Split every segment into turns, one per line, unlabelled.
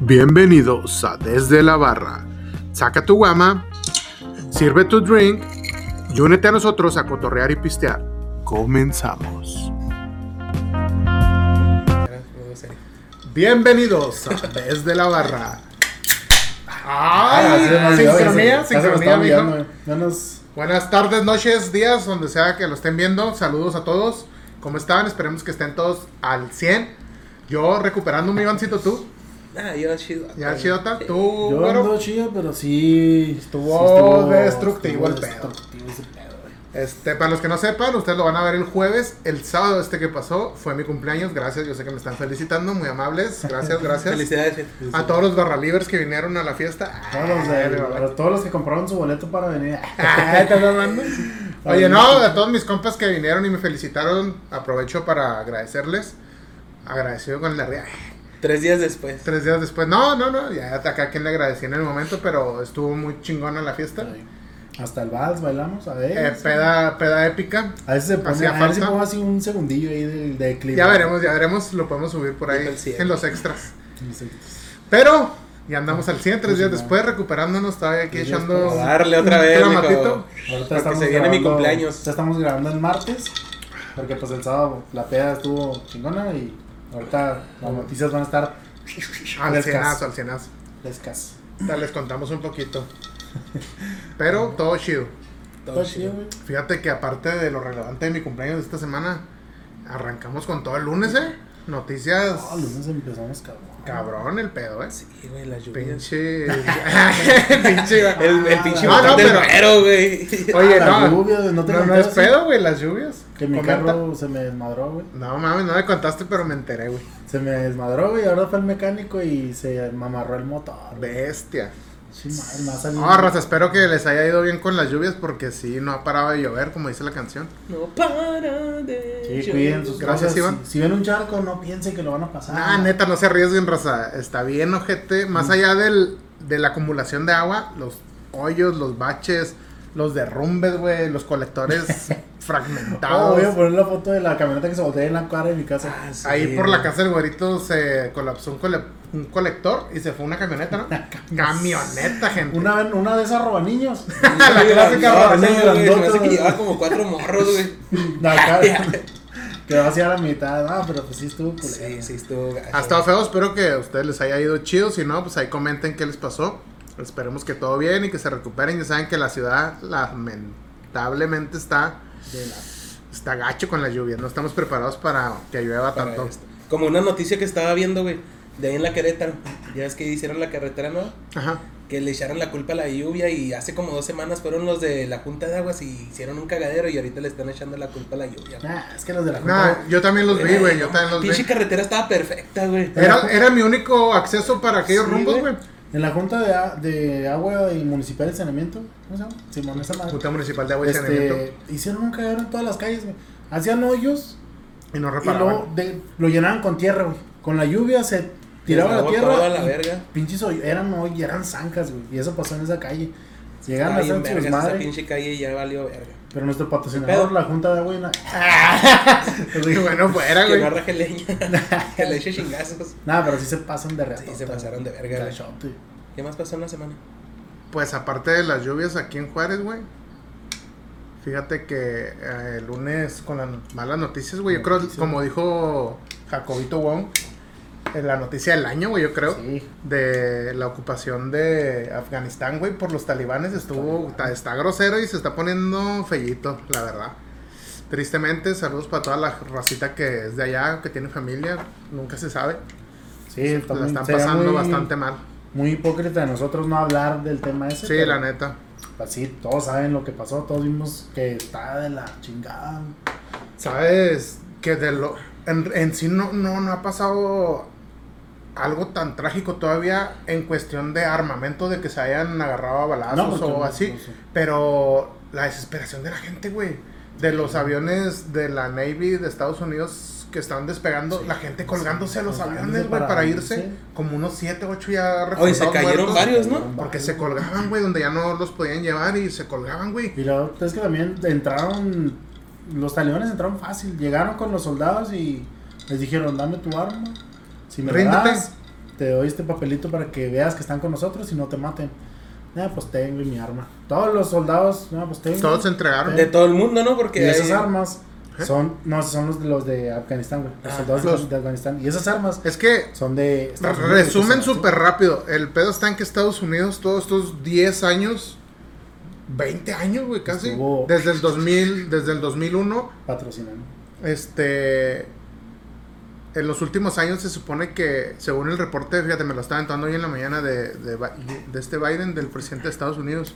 Bienvenidos a Desde la Barra. Saca tu guama, sirve tu drink y únete a nosotros a cotorrear y pistear. Comenzamos. Bienvenidos a Desde la Barra.
Ah, sí,
¡Ay!
no,
Sincronía,
ya se- ya se
sincronía,
me estaba olvidando,
mijo.
güey. No nos-
Buenas tardes, noches, días, donde sea que lo estén viendo. Saludos a todos. ¿Cómo están? Esperemos que estén todos al 100. Yo recuperando mi Ivancito, tú.
Ah, yo chido.
Ya,
Sí.
Chidota, tú,
Eh, Yo
güero.
ando chido, pero sí.
Estuvo destructivo el pedo.
destructivo ese pedo, güey.
Este, para los que no sepan, ustedes lo van a ver el jueves. El sábado este que pasó fue mi cumpleaños. Gracias, yo sé que me están felicitando, muy amables. Gracias, gracias.
Felicidades. eh.
A todos los barralivers que vinieron a la fiesta.
Todos los, de-
Ay, vale, vale.
todos los que compraron su boleto para venir.
Ay, ¿te mamando? Oye, no, a todos mis compas que vinieron y me felicitaron, aprovecho para agradecerles. Agradecido con la ría.
Tres días después.
Tres días después, no, no, no, ya acá quien le agradecí en el momento, pero estuvo muy chingona la fiesta.
Hasta el vals bailamos, a ver.
Eh, peda, peda épica.
A veces se pone,
hacía
a ver si
falta.
pongo así un segundillo ahí de, de clip.
Ya veremos, ya veremos, lo podemos subir por ahí
Deja el cien.
en los extras.
Sí, sí.
Pero ya andamos al 100, tres días
Pues Sí, no.
después, recuperándonos, estaba aquí
Tres días
echando
A
después.
darle otra vez.
un
mijo.
matito.
Ahorita
Porque
estamos
se viene mi
grabando-
cumpleaños.
Ya estamos grabando el martes. Porque pues el sábado la peda estuvo chingona y ahorita las noticias van a estar
al
Frescas.
cienazo, al cienazo.
frescas.
Ya les contamos un poquito. Pero todo chido.
Todo chido.
Fíjate que aparte de lo relevante de mi cumpleaños de esta semana, arrancamos con todo el lunes, ¿eh? Noticias.
No, lunes empezamos, cabrón.
Cabrón el pedo, ¿eh?
Sí, güey, las lluvias.
Pinche. Pinche.
El, el pinche
No,
botón
no,
del
pero-
güey. güey.
Oye,
Ah, la
no.
lluvia, güey, no te
No, no
conté
es
así.
pedo, güey, las lluvias.
Que mi
Comenta.
carro se me desmadró, güey.
No mames, no me contaste, pero me enteré, güey.
Se me desmadró, güey. Ahora fue el mecánico y se mamarró el motor. güey.
Bestia.
Sí, madre, me va a salir.
No, raza, espero que les haya ido bien con las lluvias porque sí, no ha parado de llover, como dice la canción.
No para de.
Sí,
llover.
cuiden sus
Gracias,
cosas.
Iván.
Si, si ven un charco, no piensen que lo van a pasar.
Ah, neta, no se arriesguen, raza. Está bien, ojete. Más allá del, de la acumulación de agua, los hoyos, los baches, los derrumbes, güey, los colectores
Ah, voy a
fragmentados.
poner la foto de la camioneta que se voltea en la cara de mi casa.
Ah, sí,
Ahí por
güey.
la casa del güerito se colapsó un, cole- un colector y se fue una camioneta, ¿no? camioneta, gente.
Una, una de esas robaniños.
la clásica
No,
ropa,
no, güey,
esa
Se me hace
grandota.
que llevaba como cuatro morros, güey.
La cara. Quedó así a la mitad. Ah, pero pues sí estuvo culero.
Sí, sí, estuvo. gacho.
Ha estado feo, espero que a ustedes les haya ido chido. Si no, pues ahí comenten qué les pasó. Esperemos que todo bien y que se recuperen. Ya saben que la ciudad lamentablemente está,
De la-
está gacho con las lluvias. No estamos preparados para que llueva
Para
tanto.
esto. Como una noticia que estaba viendo, güey. De ahí en la Querétaro. Ya ves que hicieron la carretera, ¿no?
Ajá.
que le echaron la culpa a la lluvia y hace como dos semanas fueron los de la Junta de Aguas y hicieron un cagadero y ahorita le están echando la culpa a la lluvia. güey.
Ah, es que los de la junta.
Nah, yo también los vi, güey. Yo también los
eh, Pinche
vi.
carretera estaba perfecta, güey.
Era, era mi único acceso para aquellos
Sí,
rumbos,
güey.
güey.
En la junta de, a- de agua y municipal de saneamiento. ¿Cómo se llama? Simón, esa madre.
Junta Municipal de Agua y
Este,
Saneamiento.
hicieron un cagadero en todas las calles, güey. Hacían hoyos
Y no
y luego
reparaban.
de- lo llenaban con tierra, güey. Con la lluvia se tiraba la
Deslavó toda
tierra.
la
y
verga.
Pinches hoy- eran hoy, eran zancas, güey. Y eso pasó en esa calle. Llegaron
Estaba
a
bien
hacer sus
vergas esa
madres.
pinche calle y ya valió verga.
Pero nuestro
Pero-
patrocinador, la Junta de Agua y na-
Y bueno, fuera,
que
güey.
no raje leña, que le eche chingazos.
Nada, pero sí se pasan de reata.
Sí, se pasaron de verga, güey.
Cachote.
¿Qué más pasó en la semana?
Pues aparte de las lluvias aquí en Juárez, güey. Fíjate que eh, el lunes con las malas noticias, güey. Yo creo,
Noticias.
como dijo Jacobito Wong, en la noticia del año, güey, yo creo,
Sí.
de la ocupación de Afganistán, güey, por los talibanes estuvo, está, está grosero y se está poniendo fellito, la verdad. Tristemente, saludos para toda la racita que es de allá, que tiene familia, nunca se sabe.
Sí, está
La
muy-
están
sería
pasando
muy-
bastante mal.
Muy hipócrita de nosotros no hablar del tema ese.
Sí,
pero,
la neta.
Pues sí, todos saben lo que pasó, todos vimos que está de la chingada.
¿Sabes? Que de lo. En, en sí no, no, no ha pasado algo tan trágico todavía en cuestión de armamento, de que se hayan agarrado a
Ah,
No,
balazos
pues,
pues, porque
o
no,
así.
no sé.
Pero la desesperación de la gente, güey. De los aviones de la Navy de Estados Unidos que están despegando, la gente colgándose a los
colgándose
aviones, güey,
para
para irse.
irse.
Como unos 7, 8 ya
Hoy se
reportados
cayeron
Ah, muertos,
varios, ¿no?
Porque se colgaban, güey, donde ya no los podían llevar y se colgaban, güey.
Y la otra es que también entraron, los talibanes entraron fácil, llegaron con los soldados y les dijeron, dame tu arma, si me la
Ríndete.
das, te doy este papelito para que veas que están con nosotros y no te maten. Nah, pues tengo y mi arma. Todos los soldados, nah, pues tengo.
Todos se entregaron.
De todo el mundo, ¿no?
y
Porque
esas
hay-
armas
¿Eh?
son, no, son los de, los de Afganistán, güey. Los
Ah,
soldados
los-
de Afganistán. Y esas armas
Es que
son de. Estados Unidos,
Resumen
que son-
súper rápido. El pedo está en que Estados Unidos, todos estos 10 años, 20 años, güey, casi.
Estuvo-
Desde el 2000, desde el 2001,
Patrocinan.
este. En los últimos años se supone que, según el reporte, fíjate, me lo estaba entrando hoy en la mañana de, de, Ba- de este Biden, del presidente de Estados Unidos.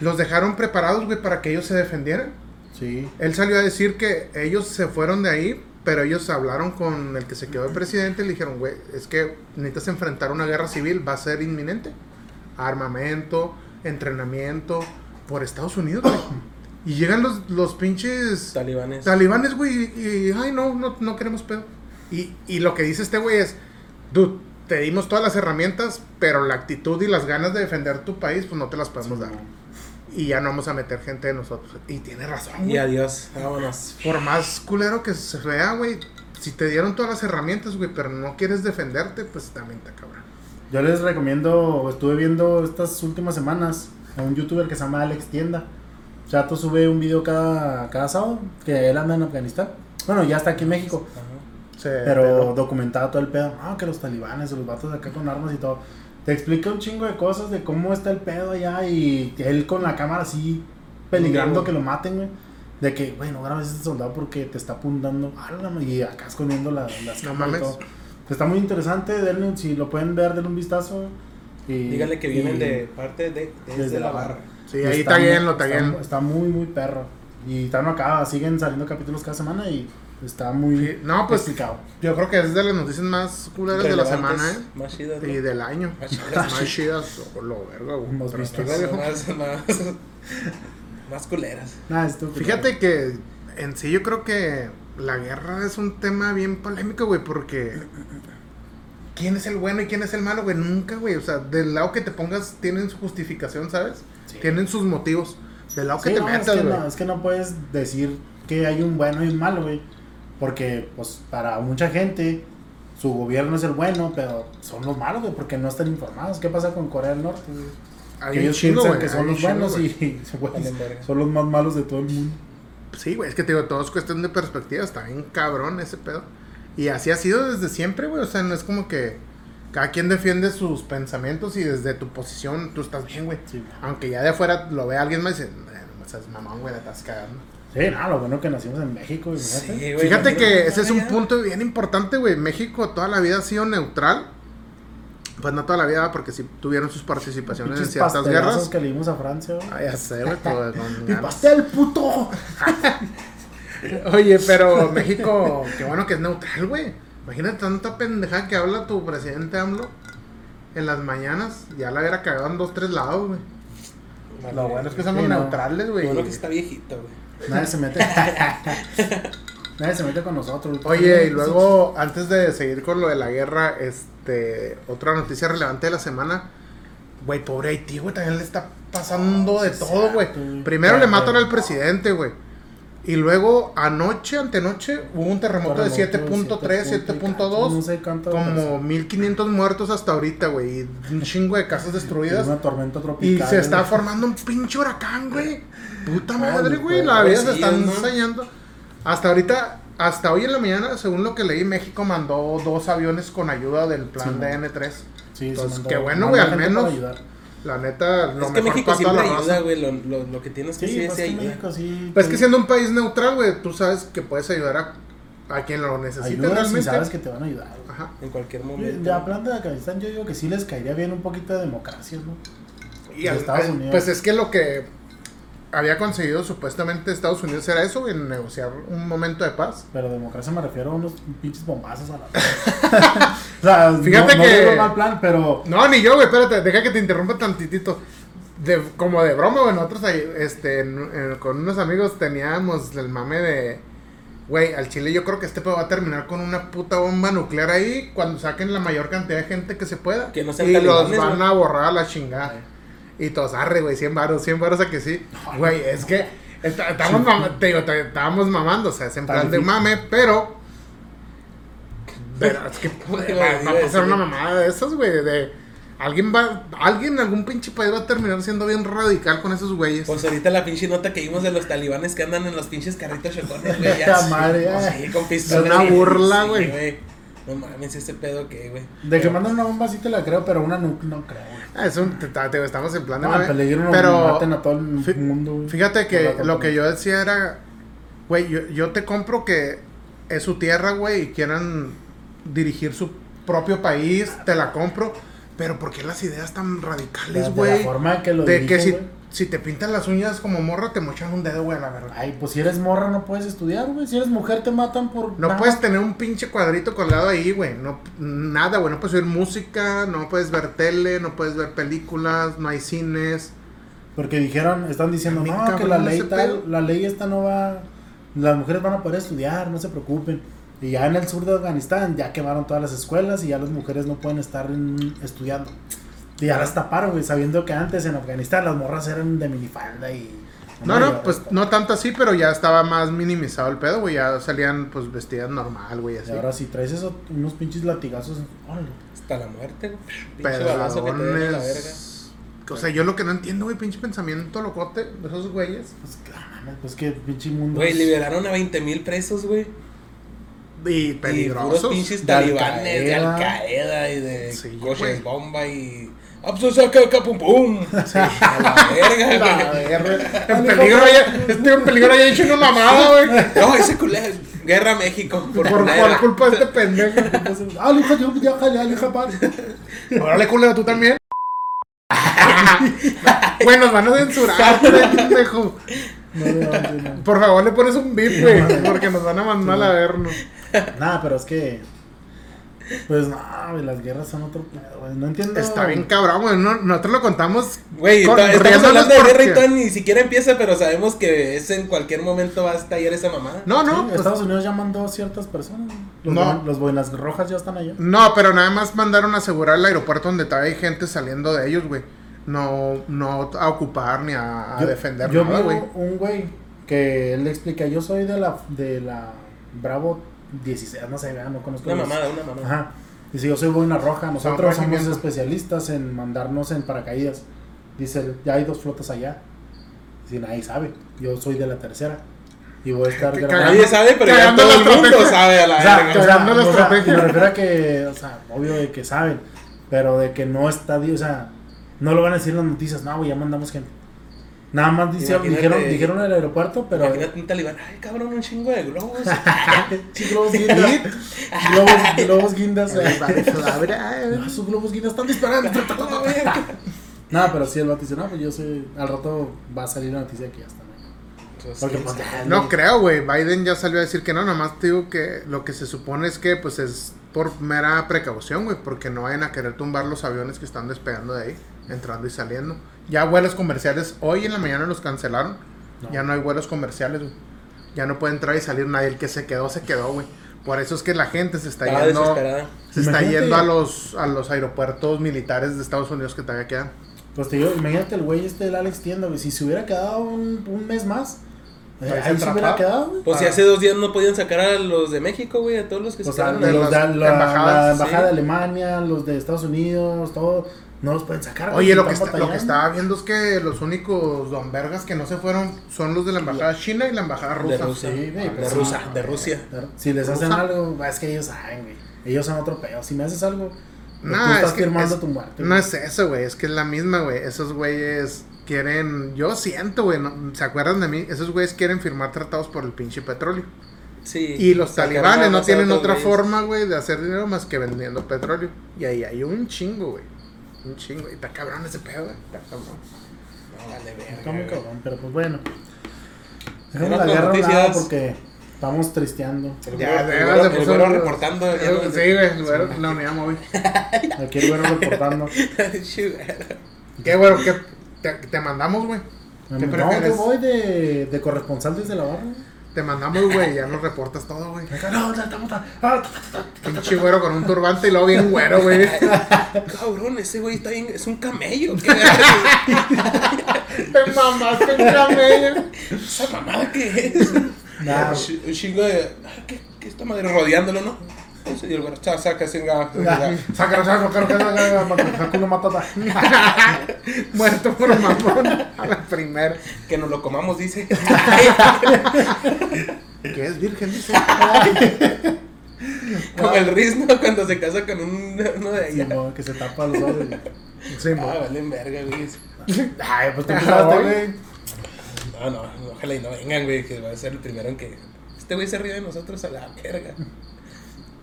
Los dejaron preparados, güey, para que ellos se defendieran.
Sí.
Él salió a decir que ellos se fueron de ahí, pero ellos hablaron con el que se quedó de presidente y le dijeron, güey, es que necesitas enfrentar una guerra civil, va a ser inminente. Armamento, entrenamiento, por Estados Unidos, güey. Y llegan los, los pinches
Talibanes.
talibanes, güey, y, y, ay, no, no, no queremos pedo. Y, y lo que dice este güey es, dude, te dimos todas las herramientas, pero la actitud y las ganas de defender tu país, pues no te las podemos dar. Y ya no vamos a meter gente de nosotros. Y tiene razón, güey.
Y adiós, vámonos.
Por más culero que se vea, güey, si te dieron todas las herramientas, güey, pero no quieres defenderte, pues también está cabrón.
Yo les recomiendo, estuve viendo estas últimas semanas a un youtuber que se llama Alex Tienda. Chato sube un video cada, cada sábado que él anda en Afganistán. Bueno, ya está aquí en México,
Ajá.
Se
pero
peló.
documentado todo el pedo. Ah, que los talibanes, los vatos acá con armas y todo. Te explica un chingo de cosas de cómo está el pedo allá y él con la cámara así peligrando
Sí, güey.
que lo maten, güey. De que, güey, no grabes a ese soldado porque te está apuntando. Ah, la madre, Y acá escondiendo la- las
No mames.
cámaras. y todo. Está muy interesante, denle, un- si lo pueden ver, denle un vistazo. Y,
Díganle que vienen
y-
de parte de desde, la barra.
Sí, ahí
está
taguéenlo,
muy-
taguéenlo.
Está, está muy, muy perro. Y está no acaba, siguen saliendo capítulos cada semana y está muy
Sí, no, pues,
explicado.
Yo creo que es de las noticias más culeras de la semana,
Relevantes,
¿eh?
Más chidas. ¿no?
Y del año.
Más chidas.
Más chidas, o lo verga, güey.
Hemos
Pero
visto
está
eso.
viejo.
más, más, más culeras.
Nada, estúpido.
Fíjate que en sí yo creo que la guerra es un tema bien polémico, güey, porque quién es el bueno y quién es el malo, güey, nunca, güey. O sea, del lado que te pongas tienen su justificación, ¿sabes?
Sí.
Tienen sus motivos. Del lado que
Sí,
te
no,
metas,
es, que
güey.
no, es que no puedes decir que hay un bueno y un malo, güey. Porque, pues, para mucha gente, su gobierno es el bueno, pero son los malos, güey, porque no están informados. ¿Qué pasa con Corea del Norte? güey?
Hay
Que
un
ellos
chingo,
piensan
güey,
que
hay
son
un
los
chingo,
buenos
güey.
y se puede-
Valen verga.
son los más malos de todo el mundo.
Sí, güey, es que te digo, todo es cuestión de perspectiva, está bien cabrón ese pedo. Y así ha sido desde siempre, güey, o sea, no es como que cada quien defiende sus pensamientos y desde tu posición tú estás bien, güey.
Sí,
Aunque ya de afuera lo vea alguien más y dice, "Nah, no seas mamón, güey, la estás cagando.
Sí, no, lo bueno que nacimos en México, imagínate.
Sí, güey,
Fíjate
no,
que
no,
ese es un
ya.
punto bien importante, güey. México toda la vida ha sido neutral. Pues no toda la vida, porque sí tuvieron sus participaciones en
Pinches
ciertas
pastelazos
guerras.
que le dimos a Francia, güey.
Ah, ya sé, güey, todo con
¡Mi
ganas.
pastel, puto!
Oye, pero México, qué bueno que es neutral, güey. Imagínate tanta pendeja que habla tu presidente AMLO en las mañanas. Ya la hubiera cagado en dos, tres lados, güey.
Vale.
Lo bueno es que son
Sí,
los
no.
neutrales, güey.
Lo bueno que está viejito, güey.
Nadie se mete. Nadie se mete con nosotros. güey.
Oye, y luego, antes de seguir con lo de la guerra, este, otra noticia relevante de la semana. Güey, pobre Haití, güey, también le está pasando
Oh,
de
sí,
todo, güey.
cierto, güey.
Primero le
Claro.
matan al presidente, güey. Y luego, anoche, antenoche, hubo un terremoto,
Terremoto
de 7.3,
No
7.2.
sé cuánto.
Como 1500 muertos hasta ahorita, güey. Y un chingo de casas destruidas.
Es una tormenta tropical.
Y se está
güey.
formando un pinche huracán, güey. Puta
Ay,
madre,
mi
güey.
perro.
La vida se
Sí,
está
¿no?
ensañando. Hasta ahorita, hasta hoy en la mañana, según lo que leí, México mandó dos aviones con ayuda del plan
Sí,
de
man.
N3.
Sí, se
Pues,
mandó-
qué bueno,
mandó
güey, al
gente
menos.
para ayudar.
La neta, lo
es que
mejor
México
para toda la
siempre
raza.
ayuda, güey. Lo, lo, lo que tienes que
Sí,
sí,
pues
sí
que
ayuda.
México sí.
Pues que siendo un país neutral, güey, tú sabes que puedes ayudar a, a quien lo necesite
ayudas y
realmente.
sabes que te van a ayudar. güey.
Ajá.
En cualquier
Yo-
momento.
De la planta de Afganistán, yo digo que sí les caería bien un poquito de democracia, ¿no?
Y
De
al-
Estados
al-
Unidos.
Pues es que lo que había conseguido supuestamente Estados Unidos era eso, güey, negociar un momento de paz.
Pero democracia me refiero a unos pinches bombazos a la. o sea,
Fíjate
no,
que-
No digo mal plan, pero.
No, ni yo, güey, espérate, deja que te interrumpa tantitito. De, como de broma, güey, nosotros ahí, este, en- en- con unos amigos teníamos el mame de, güey, al Chile yo creo que este pedo va a terminar con una puta bomba nuclear ahí cuando saquen la mayor cantidad de gente que se pueda.
Que no sean
y los
talibanes,
van
güey.
a borrar a la chingada. Y todos, arre, güey, 100 varos, 100 varos a que sí. Güey, es que está- estamos, mama- te digo, te- estábamos mamando, o sea, es en
Está
plan de
difícil.
mame, pero Pero es que
Güey,
va, va
iba
a
a
pasar
decir-
una mamada de esas, güey. De alguien va, alguien, algún pinche país va a terminar siendo bien radical con esos güeyes.
Pues ahorita la pinche nota que vimos de los talibanes que andan en los pinches carritos chocones, güey. ya
Esta
sí,
madre,
no,
eh.
sí, con pistolas.
una
sí,
burla,
sí,
güey.
No mames, ese pedo que, güey.
De que mandan una bomba sí te la creo, pero una no, no creo. güey.
Ah, Es un, te- te- estamos en plan de
No,
mame,
peligro pero maten a todo el
fi-
mundo. güey.
Fíjate
No
que
la
lo
compro.
que yo decía era, güey, yo, yo te compro que es su tierra, güey, y quieran dirigir su propio país, te la compro, pero ¿por qué las ideas tan
De- de
radicales,
la
Pues, güey?
forma que lo
De, que
dirigen,
si,
güey.
si te pintan las uñas como morra, te mochan un dedo, güey, a la verdad.
Ay, pues si eres morra no puedes estudiar, güey. Si eres mujer te matan por.
No
nada.
puedes tener un pinche cuadrito colgado ahí, güey. No, nada, güey. No puedes oír música, no puedes ver tele, no puedes ver películas, no hay cines.
Porque dijeron, están diciendo,
A mí,
no, que
cabrón,
la ley
ese
tal,
pedo".
la ley esta no va. Las mujeres van a poder estudiar, no se preocupen. Y ya en el sur de Afganistán ya quemaron todas las escuelas y ya las mujeres no pueden estar en- estudiando. Y ya las taparon, güey, sabiendo que antes en Afganistán las morras eran de minifalda y.
No,
y-
no, pues no tanto así, pero ya estaba más minimizado el pedo, güey. Ya salían pues vestidas normal, güey,
Y
así.
ahora si traes eso, unos pinches latigazos. órale.
Hasta la muerte, güey. Pinche balazo que te den a la verga.
Pedones. O sea, yo lo que no entiendo, güey, pinche pensamiento locote de esos güeyes.
Pues, que, ah, mames, pues que pinche mundo.
Güey, liberaron a 20 mil presos, güey.
Y
Y puros
peligrosos.
pinches
De
talibanes de
Al-Qaeda.
Al Qaeda y de
Sí, güey.
coches bomba y. ¡Ah, pues saca acá, pum, pum! A la verga,
La
güey.
verga. En peligro ya, estoy en peligro ya he hecho una mamada, güey.
No, ese culé. Guerra a México.
Por,
Por,
por
culera.
culpa de este pendejo.
Entonces, ah, lija, yo, ya, jale, ah, lija, padre.
Órale, culero, tú también. Güey, nos van a censurar, pendejo.
No, no, no.
Por favor, le pones un beat, güey, porque nos van a mandar a vernos.
Nada, pero es que. Pues no, güey, las guerras son otro pedo, güey. No entiendo.
Está bien cabrón, güey. no- nosotros lo contamos.
Güey,
con-
to- estamos
riéndonos
hablando de guerra y
porque-
todo ni siquiera empieza, pero sabemos que es en cualquier momento va a estallar esa mamá.
No,
Sí,
no. pues,
Estados Unidos ya mandó ciertas personas. güey. Los,
No.
boin- los boinas rojas ya están allá.
no, pero nada más mandaron a asegurar el aeropuerto donde todavía hay gente saliendo de ellos, güey. No, no a ocupar ni a, a
Yo-
defender
yo
nada,
vi
güey.
un güey que él le explica, yo soy de la de la Bravo 16, no sé, vea, no conozco.
Una
pues,
los-
mamada, una mamada.
Ajá. Dice, yo soy boina roja, nosotros somos
regimiento.
especialistas en mandarnos en paracaídas. Dice, él, ya hay dos flotas allá. Dice, nadie sabe, yo soy de la tercera. Y voy a estar
Qué
grabando.
Nadie sabe, pero ya
Cagando
todo
la
el mundo
estrategia.
sabe a la
O sea,
verga.
o sea,
Cagando la
o sea,
estrategia.
me refiero a que, o sea, obvio de que saben, pero de que no está, di- o sea, no lo van a decir en las noticias, no, güey, ya mandamos gente. Nada más dice-
Imagínate-
dijeron, dijeron en el aeropuerto, pero...
Imagínate un talibán. Ay, cabrón, un chingo de globos.
Sí, globos guindas. globos, globos guindas. eh. No,
Flabra.
esos globos guindas están disparando. Nada, pero sí, el vato dice, no, pues yo sé, al rato va a salir la noticia que ya están ahí. Porque, pues, ya,
No
güey.
creo, güey. Biden ya salió a decir que no. Nada más te digo que lo que se supone es que, pues, es por mera precaución, güey. Porque no vayan a querer tumbar los aviones que están despegando de ahí, entrando y saliendo. Ya vuelos comerciales hoy en la mañana los cancelaron.
No.
Ya no hay vuelos comerciales, güey. Ya no puede entrar y salir nadie. El que se quedó, se quedó, güey. Por eso es que la gente se está
Estaba
yendo.
desesperada.
Se está
Imagínate.
yendo a los, a los aeropuertos militares de Estados Unidos que todavía quedan.
Pues te digo, imagínate el güey este del Alex Tienda, güey. Si se hubiera quedado un, un mes más, eh,
Ahí se
ahí se hubiera
atrapaba.
quedado, güey.
Pues si
Ah.
hace dos días no podían sacar a los de México, güey, a todos los que
O
se
sea,
quedaron.
de las
los de la, la
embajadas,
embajada
sí.
de Alemania, los de Estados Unidos, todo, no los pueden sacar. güey,
Oye, lo que,
están
está- lo que
batallando.
estaba viendo es que los únicos don vergas que no se fueron son los de la embajada china y la embajada
De
rusa.
Rusia.
Sí, güey,
de
pues,
Rusia.
no,
De Rusia.
Si les hacen
Rusa.
algo, es que ellos saben, güey. Ellos son otro pedo. Si me haces algo, pues,
Nah,
tú
es
estás
que
firmando
es-
tu muerte.
No
güey.
es eso, güey, es que es la misma, güey. Esos güeyes quieren, yo siento, güey, no- ¿se acuerdan de mí? Esos güeyes quieren firmar tratados por el pinche petróleo.
Sí.
Y los
Sacar
talibanes no
balas a
tienen
otros
otra
güeyes.
forma, güey, de hacer dinero más que vendiendo petróleo. Y ahí hay un chingo, güey. Un chingo. Y está cabrón ese pedo, güey. Está cabrón.
No, vale, verga,
Está muy
güey.
cabrón, pero pues bueno. Dejemos
En
la
otras
guerra a un lado
noticias.
porque estamos tristeando.
El
Ya,
güero-
de veras
el
se
güero- el
puso
güero
un-
reportando.
Sí,
ya no-
güey, el güero, la unidad móvil.
Aquí el güero reportando.
¿Qué, güey? ¿Qué te, te mandamos, güey? ¿Qué
No, yo
prefieres?
voy de, de corresponsal desde la barra. güey.
Te mandamos, güey, ya nos reportas todo, güey.
No, no, estamos a- ah,
Pinche güero con un turbante y luego bien güero, güey.
Cabrón, ese güey está bien. Es un camello. ¿qué?
Te mamaste el camello.
Esa mamada que es.
Nah,
Un chi- un chingo de. ah, ¿Qué, qué esta madre rodeándolo, no? Eso, y el güero, "Chao, saca, chinga".
Sácalo, sácalo, sácalo, sácalo, sácalo, sácalo, matata.
Muerto por mamón. A la primera.
Que nos lo comamos, dice.
Que es virgen, dice.
Como el risno cuando se casa con un, uno de allá.
Simón, que se tapa los ojos. güey.
Sí,
Ah,
mo-
valen verga, güey.
Ay, pues tú empezaste, güey.
Ah, No, no, ojalá y no vengan, güey, que va a ser el primero en que. Este güey se ríe de nosotros a la verga.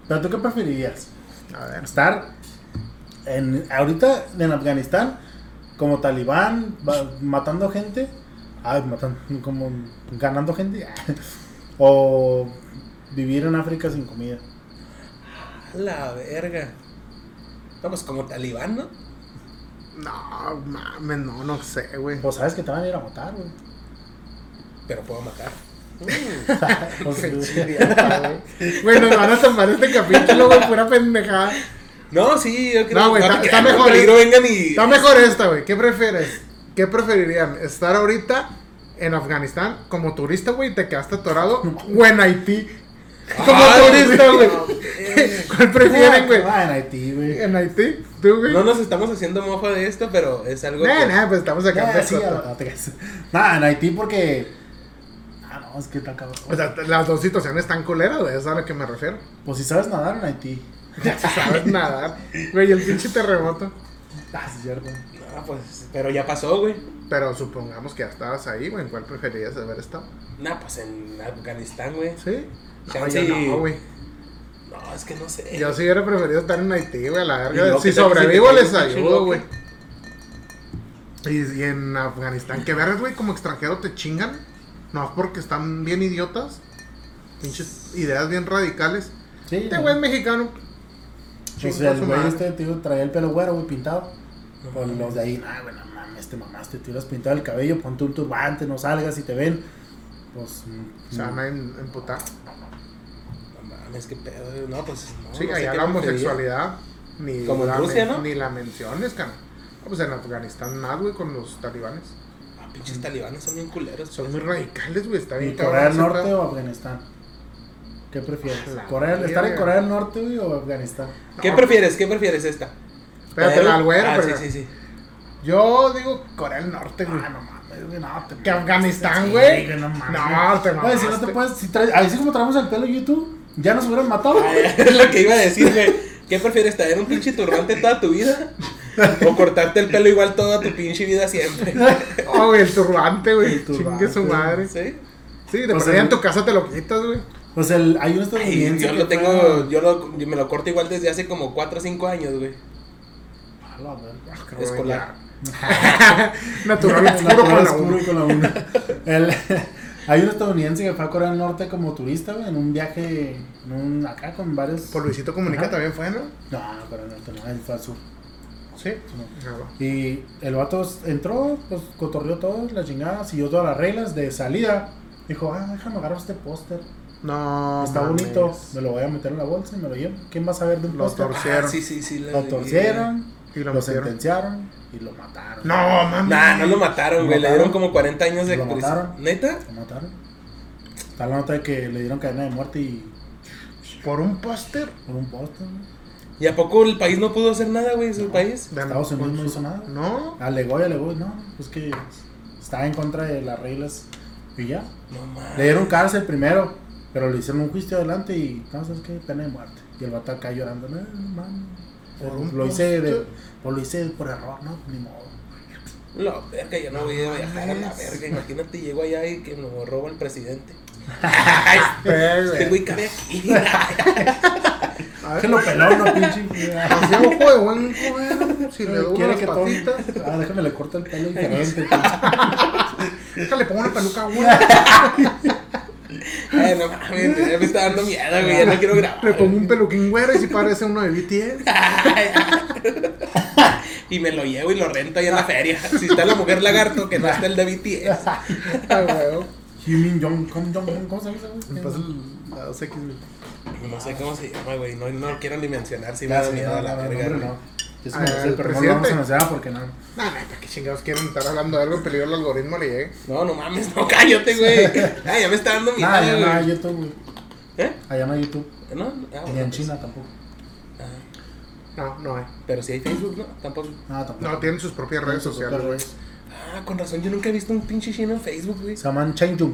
Pero tú qué preferirías?
A ver.
Estar en, ahorita en Afganistán como talibán, va- matando gente, ay, matando, como ganando gente, o vivir en África sin comida.
A la verga. No, pues como talibán, ¿no?
No, mames, no, no sé, güey.
Pues sabes que te van a ir a matar, güey.
Pero puedo matar.
Pues,
Bueno, nos van a tomar este capítulo, güey, pura pendejada.
No, sí, yo creo
No, güey,
a
está-
mí que-
está
a mí
mejor,
peligro
eh.
vengan y.
Está mejor esta, güey. ¿Qué prefieres? ¿Qué preferirían? ¿Estar ahorita en Afganistán como turista, güey, y te quedaste atorado? ¿O en Haití? Como
Ay,
turista, güey.
Ah, no, eh.
¿Cuál prefieren, güey?
Ah, en Haití, güey.
¿En Haití? ¿Tú, güey?
No nos estamos haciendo mofa de esto, pero es algo.
Nah,
que-
nah, pues estamos sacando
Ah, sí,
cosas.
ah, no, te creas. Nah, en Haití porque... Ah, no, es que está cabrón.
O sea, t- las dos situaciones están culeras, güey, es a lo que me refiero.
pues si sabes nadar en Haití.
Ya sabes nadar. Güey, el pinche terremoto.
Ah, sí, cierto.
Ah, pues, pero ya pasó, güey.
Pero supongamos que ya estabas ahí, güey. ¿Cuál preferirías haber estado?
Nah, pues en Afganistán, güey.
¿Sí? No,
Chance
yo
y-
no, güey.
No, es que no sé.
Yo sí hubiera preferido estar en Haití, güey, a la
Y
verga.
luego
Si
que te-
sobrevivo,
si te
les
caiga un pinche
ayudo,
loco.
güey. Y, y en Afganistán, que vergas, güey, como extranjero te chingan. No, porque están bien idiotas. Pinches ideas bien radicales.
Sí.
Este
no.
güey es mexicano.
O
Chinga
sea,
su
el güey
madre.
este tío traía el pelo güero, güey, pintado.
pues,
O los de ahí, nah, güey, no mames, te mamaste, te hubieras pintado el cabello, ponte un turbante, no salgas y te ven. Pues. mm,
Se van
no.
a em- emputar.
No mames, qué pedo. güey. No, pues. No,
Sí,
no sé
allá
qué
la
preferiría.
homosexualidad ni
Como en
la,
Rusia,
men-
¿no?
ni la menciones, cara. No, pues en Afganistán nada, güey, con los talibanes.
Ah, pinches talibanes son bien culeros.
Son muy radicales, güey, está bien
¿Y Corea del
ese
Norte
pedo.
o Afganistán? ¿Qué prefieres?
A la
Corea,
mierda.
¿Estar en Corea del Norte, güey, o Afganistán?
¿Qué
No,
prefieres? ¿Qué prefieres esta?
Espérate, la güera,
Ah,
pero-
sí, sí, sí.
Yo digo Corea del Norte, güey.
Ah, no mames, güey, no, te
Que Afganistán,
Sí,
güey.
No mames.
No, te
Güey, si no
mamaste.
te puedes. Si traes, así como traemos el pelo YouTube, ya nos hubieran matado.
Ah, Es lo que iba a decir, güey. ¿Qué prefieres traer un pinche turbante toda tu vida? ¿O cortarte el pelo igual toda tu pinche vida siempre?
Oh, güey, el turbante, güey.
El turbante,
Chingue su madre. Sí,
¿Sí?
de
O
por
sea,
ahí en tu casa te lo quitas, güey.
Pues el, hay un
Ay,
estadounidense.
yo lo
que fue
tengo, yo, lo, yo me lo corto igual desde hace como 4 o 5 años, güey.
a- A la verga.
Creo que
Escolar.
ya. Natural oscuro
Natural
con la
oscuro
uno.
y con la uno. El- hay un estadounidense que fue a Corea del Norte como turista, güey, en un viaje en un- acá con varios.
Por Luisito Comunica
Ajá.
también fue, ¿no?
No, Corea del Norte no, él fue al sur.
Sí.
No.
Ah, va.
Y el vato entró, pues cotorreó todo, la chingada, siguió todas las reglas de salida. Dijo, ah, déjame agarrar este póster.
No.
Está
mames.
bonito, me lo voy a meter en la bolsa y me lo llevo. ¿Quién va a saber de un
Lo
póster?
torció.
Ah,
Torcieron.
sí, sí, sí. la
Lo
vi.
torcieron,
Y
lo,
lo metieron.
sentenciaron y lo mataron.
No, mames.
Nah, no lo mataron,
Lo
güey. Le
mataron.
dieron como 40 años de
Lo
prisión.
mataron.
¿Neta?
Lo mataron. Está la nota de que le dieron cadena de muerte y
Por un póster.
por un póster, güey.
¿Y a poco el país no pudo hacer nada, güey? ¿Su país?
de-
Estados Unidos
con
no
su-
hizo nada.
No.
Alegó y alegó, no, pues que está en contra de las reglas y ya.
No mames.
Le dieron cárcel primero, pero le hicieron un juicio adelante y no, sabes qué, pena de muerte. Y el vato acá llorando, no, no mames.
Por un
Lo hice de,
poste.
o lo hice por error, no, ni modo.
No, verga, yo no voy a viajar a la
mames.
verga. Imagínate, llego allá y que nos roba el presidente.
Pe,
Este
güey.
güey cabe aquí.
A
Que
ver,
lo peló, no, pinche.
así ojo de buen cubero. Si le doblo
Quiere
las
que todo.
patitas.
Ah, déjame le corto el pelo diferente.
Déjale, pongo una peluca a una.
Ay, no mames, ya me está dando miedo, güey. Ya no quiero
Le
grabar.
pongo un peluquín güero y si parece uno de BTS.
Y me lo llevo y lo rento ahí en la feria. Si está la mujer lagarto, que no está el de BTS.
Ah, huevo.
Jimin Jong, Kom Jong, ¿cómo se llama? ese güey?
Entonces, la 2X, güey.
No sé cómo se llama, güey. No, no quiero ni mencionar si me
Ya,
da
sí,
miedo a
no,
la
no,
verga,
no,
güey.
no. Yo sí
Ah,
me lo sé,
el
pero no lo vamos
presidente.
a anunciar porque no.
No, no, ¿para qué chingados quieren estar hablando de algo en peligro al algoritmo le llegue?
No, no mames, no cállate, güey. Ay, ya me está dando miedo,
Nada, ya,
güey.
nada, YouTube, güey.
¿Eh?
Allá no hay YouTube.
No, ah, bueno,
Ni en
pues.
China tampoco.
Ajá.
No, no hay.
Pero si hay Facebook, ¿no? Tampoco.
Nada tampoco.
No, tienen sus propias redes
sus
sociales, güey.
propias
Ah, con razón, yo nunca he visto un pinche chino en Facebook, güey.
Se llaman Chang Jung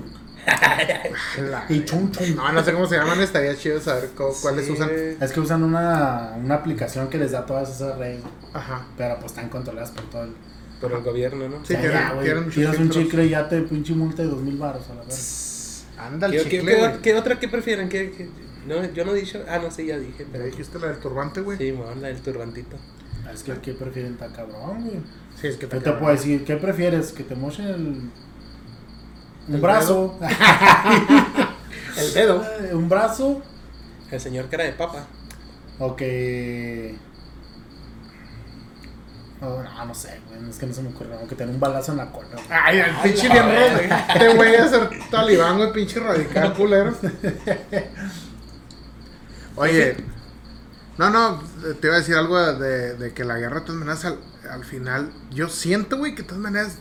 La-
y Chung Chung.
No, no sé cómo se llaman, estaría chido saber cu- cuáles
Sí,
usan.
güey.
Es que usan una, una aplicación que les da todas esas redes,
Ajá.
pero pues están controladas por todo el.
Por el gobierno, ¿no?
Sí,
O sea,
tienen-
ya, güey,
tienen muchos
Tiras un
filtros.
chicle y ya te pinche multa de dos mil baros a la vez.
Anda el
¿Qué, qué-
chicle,
qué-
güey.
qué otra que prefieren? ¿Qué, qué- No, yo no he dicho. Ah, no sé, ya dije,
Ya
pero.
dijiste la del turbante, güey? Sí.
Sí, mamá, la del turbantito.
Es que aquí prefieren tan cabrón, güey.
es que
Yo te
cabrón.
puedo decir, ¿qué prefieres? ¿Que te mochen el.
El
Un brazo.
El dedo.
un brazo.
El señor cara de papa.
O que. Oh, no, no sé, güey. Es que no se me ocurre. O que tener un balazo en la cola, güey.
Ay, el pinche
la
bien
verga.
rojo, güey. Este güey a ser talibán, güey, pinche radical culero. Oye, no, no, te iba a decir algo de, de que la guerra, de todas maneras, al, al final, yo siento, güey, que de todas maneras,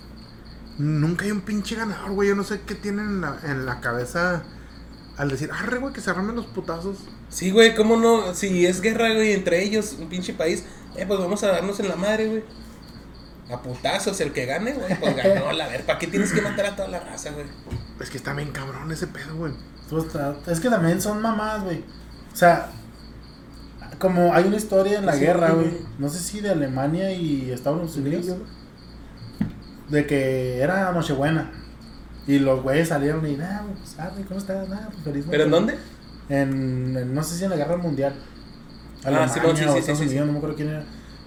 nunca hay un pinche ganador, güey. Yo no sé qué tienen en la, en la cabeza al decir, arre, güey, que se armen los putazos.
Sí, güey, ¿cómo no? Si es guerra, güey, entre ellos, un pinche país, eh, pues vamos a darnos en la madre, güey. A putazos, el que gane, güey, pues ganó, la ver, ¿para qué tienes que matar a toda la raza, güey?
Es que está bien cabrón ese pedo, güey.
Pues, ta- Es que también son mamás, güey. O sea, como hay una historia en la
Sí,
guerra,
sí,
güey.
güey.
No sé si de Alemania y Estados Unidos. De que era Nochebuena. Y los güeyes salieron y, nada, pues, ah, güey, ¿cómo estás? Nah, pues, feliz
¿Pero en
Nochebuena".
dónde?
En, en- no sé si en la guerra mundial.
Ah,
Alemania
sí, bueno, sí,
o
sí,
Estados
sí, sí.
Unidos, no me acuerdo quién era.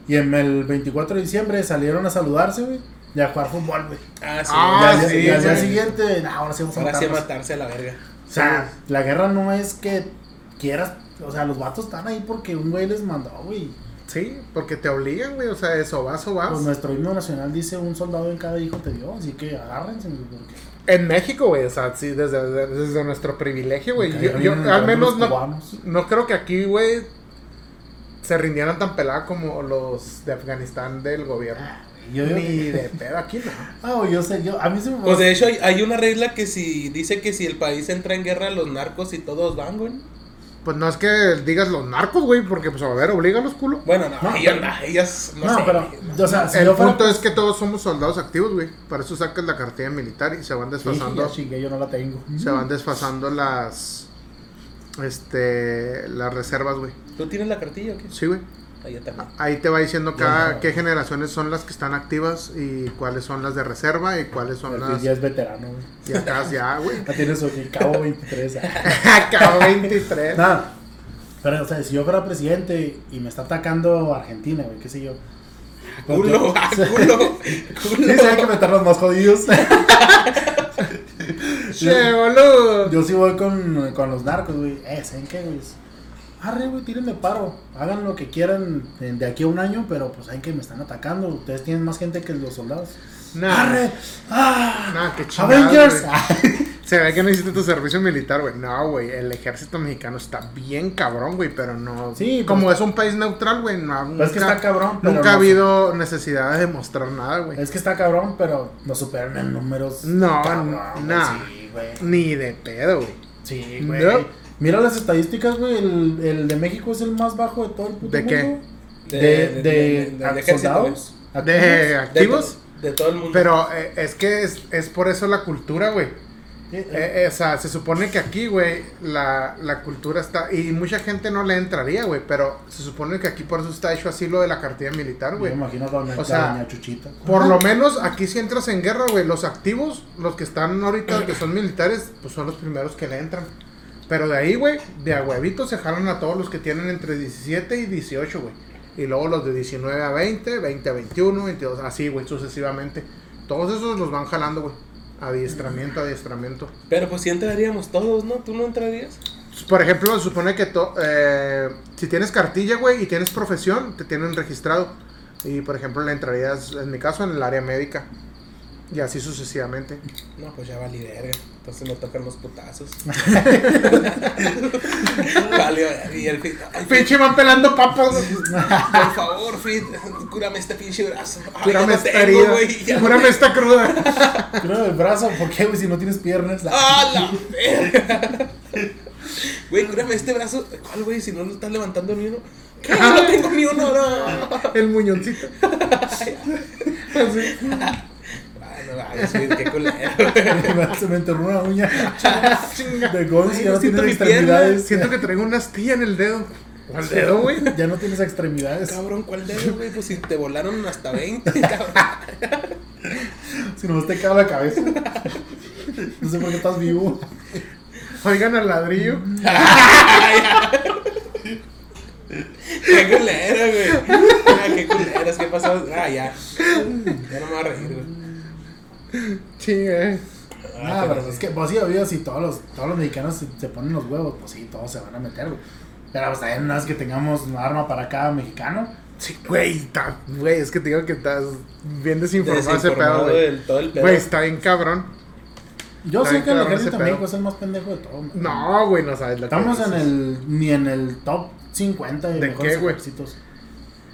Y en el 24 de diciembre salieron a saludarse, güey. Y a jugar fútbol, güey.
Ah, sí.
Ah,
Y al día-
sí,
y al día
güey.
siguiente, nah, ahora sí vamos a
Ahora sí a
matarnos".
matarse a la verga.
O sea, la guerra no es que quieras. O sea, los vatos están ahí porque un güey les mandó, güey.
Sí, porque te obligan, güey, o sea, eso vas o vas.
Pues nuestro himno nacional dice: un soldado en cada hijo te dio. Así que agárrense, güey, porque.
En México, güey, o sea, sí, desde, desde nuestro privilegio, güey.
porque
Yo,
ahí
yo
vienen
al
los
menos no,
cubanos.
no creo que aquí, güey, se rindieran tan pelada como los de Afganistán del gobierno.
Ah, Yo digo
Ni
que-
de eh, pedo aquí, no.
Ah, güey, yo sé, yo. A mí se me.
Pues de hecho, hay, hay una regla que si dice que si el país entra en guerra, los narcos y todos van, güey.
Pues no es que digas los narcos, güey, porque, pues, a ver, obliga a los culos.
Bueno, no,
No,
ellas,
pero-
no, ellas no,
no,
sé,
pero. O sea, si
El
yo fuera-
punto es que todos somos soldados activos, güey. Para eso sacas la cartilla militar y se van
Sí,
desfasando.
ya chingué, yo no la tengo.
se van desfasando las. Este. Las reservas, güey.
¿Tú tienes la cartilla o qué?
Sí, güey.
Ah, yo también.
Ahí te va diciendo cada,
Ya, no.
qué generaciones son las que están activas y cuáles son las de reserva y cuáles son
Porque
las.
ya es veterano, güey.
Y acá ya, güey.
Ya tiene su el cabo 23. ah.
Acá 23.
Nada. Pero, o sea, si yo fuera presidente y me está atacando Argentina, güey, qué sé yo. Porque-
Culo, ah, culo,
Sí, sí, hay que
culo.
meter los más jodidos.
Che, boludo.
Yo sí voy con, con los narcos, güey. Eh, ¿saben qué, güey? Arre, güey, tírenme paro. Hagan lo que quieran de de aquí a un año, pero pues saben que me están atacando. Ustedes tienen más gente que los soldados.
Nah,
Arre, ah,
nah, qué chingada.
Avengers. Ah,
Se ve que no hiciste tu servicio militar, güey. No, güey. El ejército mexicano está bien cabrón, güey, pero no.
Sí,
como
pues-
es un país neutral, güey. No, nunca,
pero es que está cabrón. pero
nunca
no-
ha habido necesidad de demostrar nada, güey.
Es que está cabrón, pero nos superan en números.
No,
cabrón, güey,
nah.
Sí, güey.
Ni de pedo, güey.
Sí, güey.
No.
Mira las estadísticas, güey. El, el de México es el más bajo de todo el puto
¿De qué?
mundo. De, de,
del
a-
ejército,
soldados.
De
güey. De
activos.
to- De, todo el mundo.
Pero eh, es que es, es por eso la cultura, güey.
activos. Eh, eh,
Eh, eh, o sea, se supone que aquí, güey, la, la cultura está... Y mucha gente no le entraría, güey, pero se supone que aquí por eso está hecho así lo de la cartilla militar,
yo me
güey.
imagino a doña,
O sea,
doña Chuchita.
Por lo menos aquí si entras en guerra, güey, los activos, los que están ahorita, que son militares, pues son los primeros que le entran. Pero de ahí, güey, de a huevito se jalan a todos los que tienen entre 17 y 18, güey. Y luego los de 19 a 20, 20 a 21, 22, así, güey, sucesivamente. Todos esos los van jalando, güey. Adiestramiento, adiestramiento.
Pero pues sí entraríamos todos, ¿no? ¿Tú no entrarías?
Pues, Por ejemplo, se supone que to- eh, si tienes cartilla, güey, y tienes profesión, te tienen registrado. Y por ejemplo, le entrarías, en mi caso, en el área médica. Y así sucesivamente.
No, pues ya valí verga. Entonces me tocan los putazos. vale, y el fit. ay, fit,
Pinche van pelando papas.
por favor, fit, cúrame este pinche brazo. Ay,
Cúrame
ya no
esta
tengo,
herida.
güey, ya no-
Cúrame esta cruda.
Creo el brazo, ¿por qué, güey? Si no tienes piernas.
¡Ah, la verga! Güey, cúrame este brazo. ¿Cuál, güey? Si no lo estás levantando ni uno. ¿Qué? No tengo ni uno, no.
El muñoncito. Así.
Ay, no mames, güey, qué culero.
Se me enterró una uña
Chinga.
de Gonz y ya no
Siento
tienes
mi pierna,
extremidades.
Siento que traigo una astilla en el dedo. ¿Cuál dedo, güey?
Ya no tienes extremidades.
Cabrón, ¿cuál dedo, güey? Pues si te volaron hasta 20, cabrón.
Si no te cae la cabeza. No sé por qué estás vivo.
Oigan al ladrillo.
Qué culero, güey. Ah, qué culeras, qué pasó. Ah, ya. Ya no me voy a reír, güey.
Chinga. eh.
Ah, pero es que, pues sí, obvio, si todos los, todos los mexicanos se, se ponen los huevos, pues sí, todos se van a meter, güey. Pero pues también una vez que tengamos un arma para cada mexicano,
Sí, güey, ta- güey, es que te digo que estás bien desinformado ese pedo,
Desinformado
güey.
del todo el pedo.
Güey, está bien cabrón.
yo
Ay,
sé que el
cabrón, ese
ejército de
pedo.
México pues, es el más pendejo de todo. man.
No, güey, no sabes la
Estamos en el, ni en el top 50 de,
¿De
mejores
qué, güey?
ejércitos.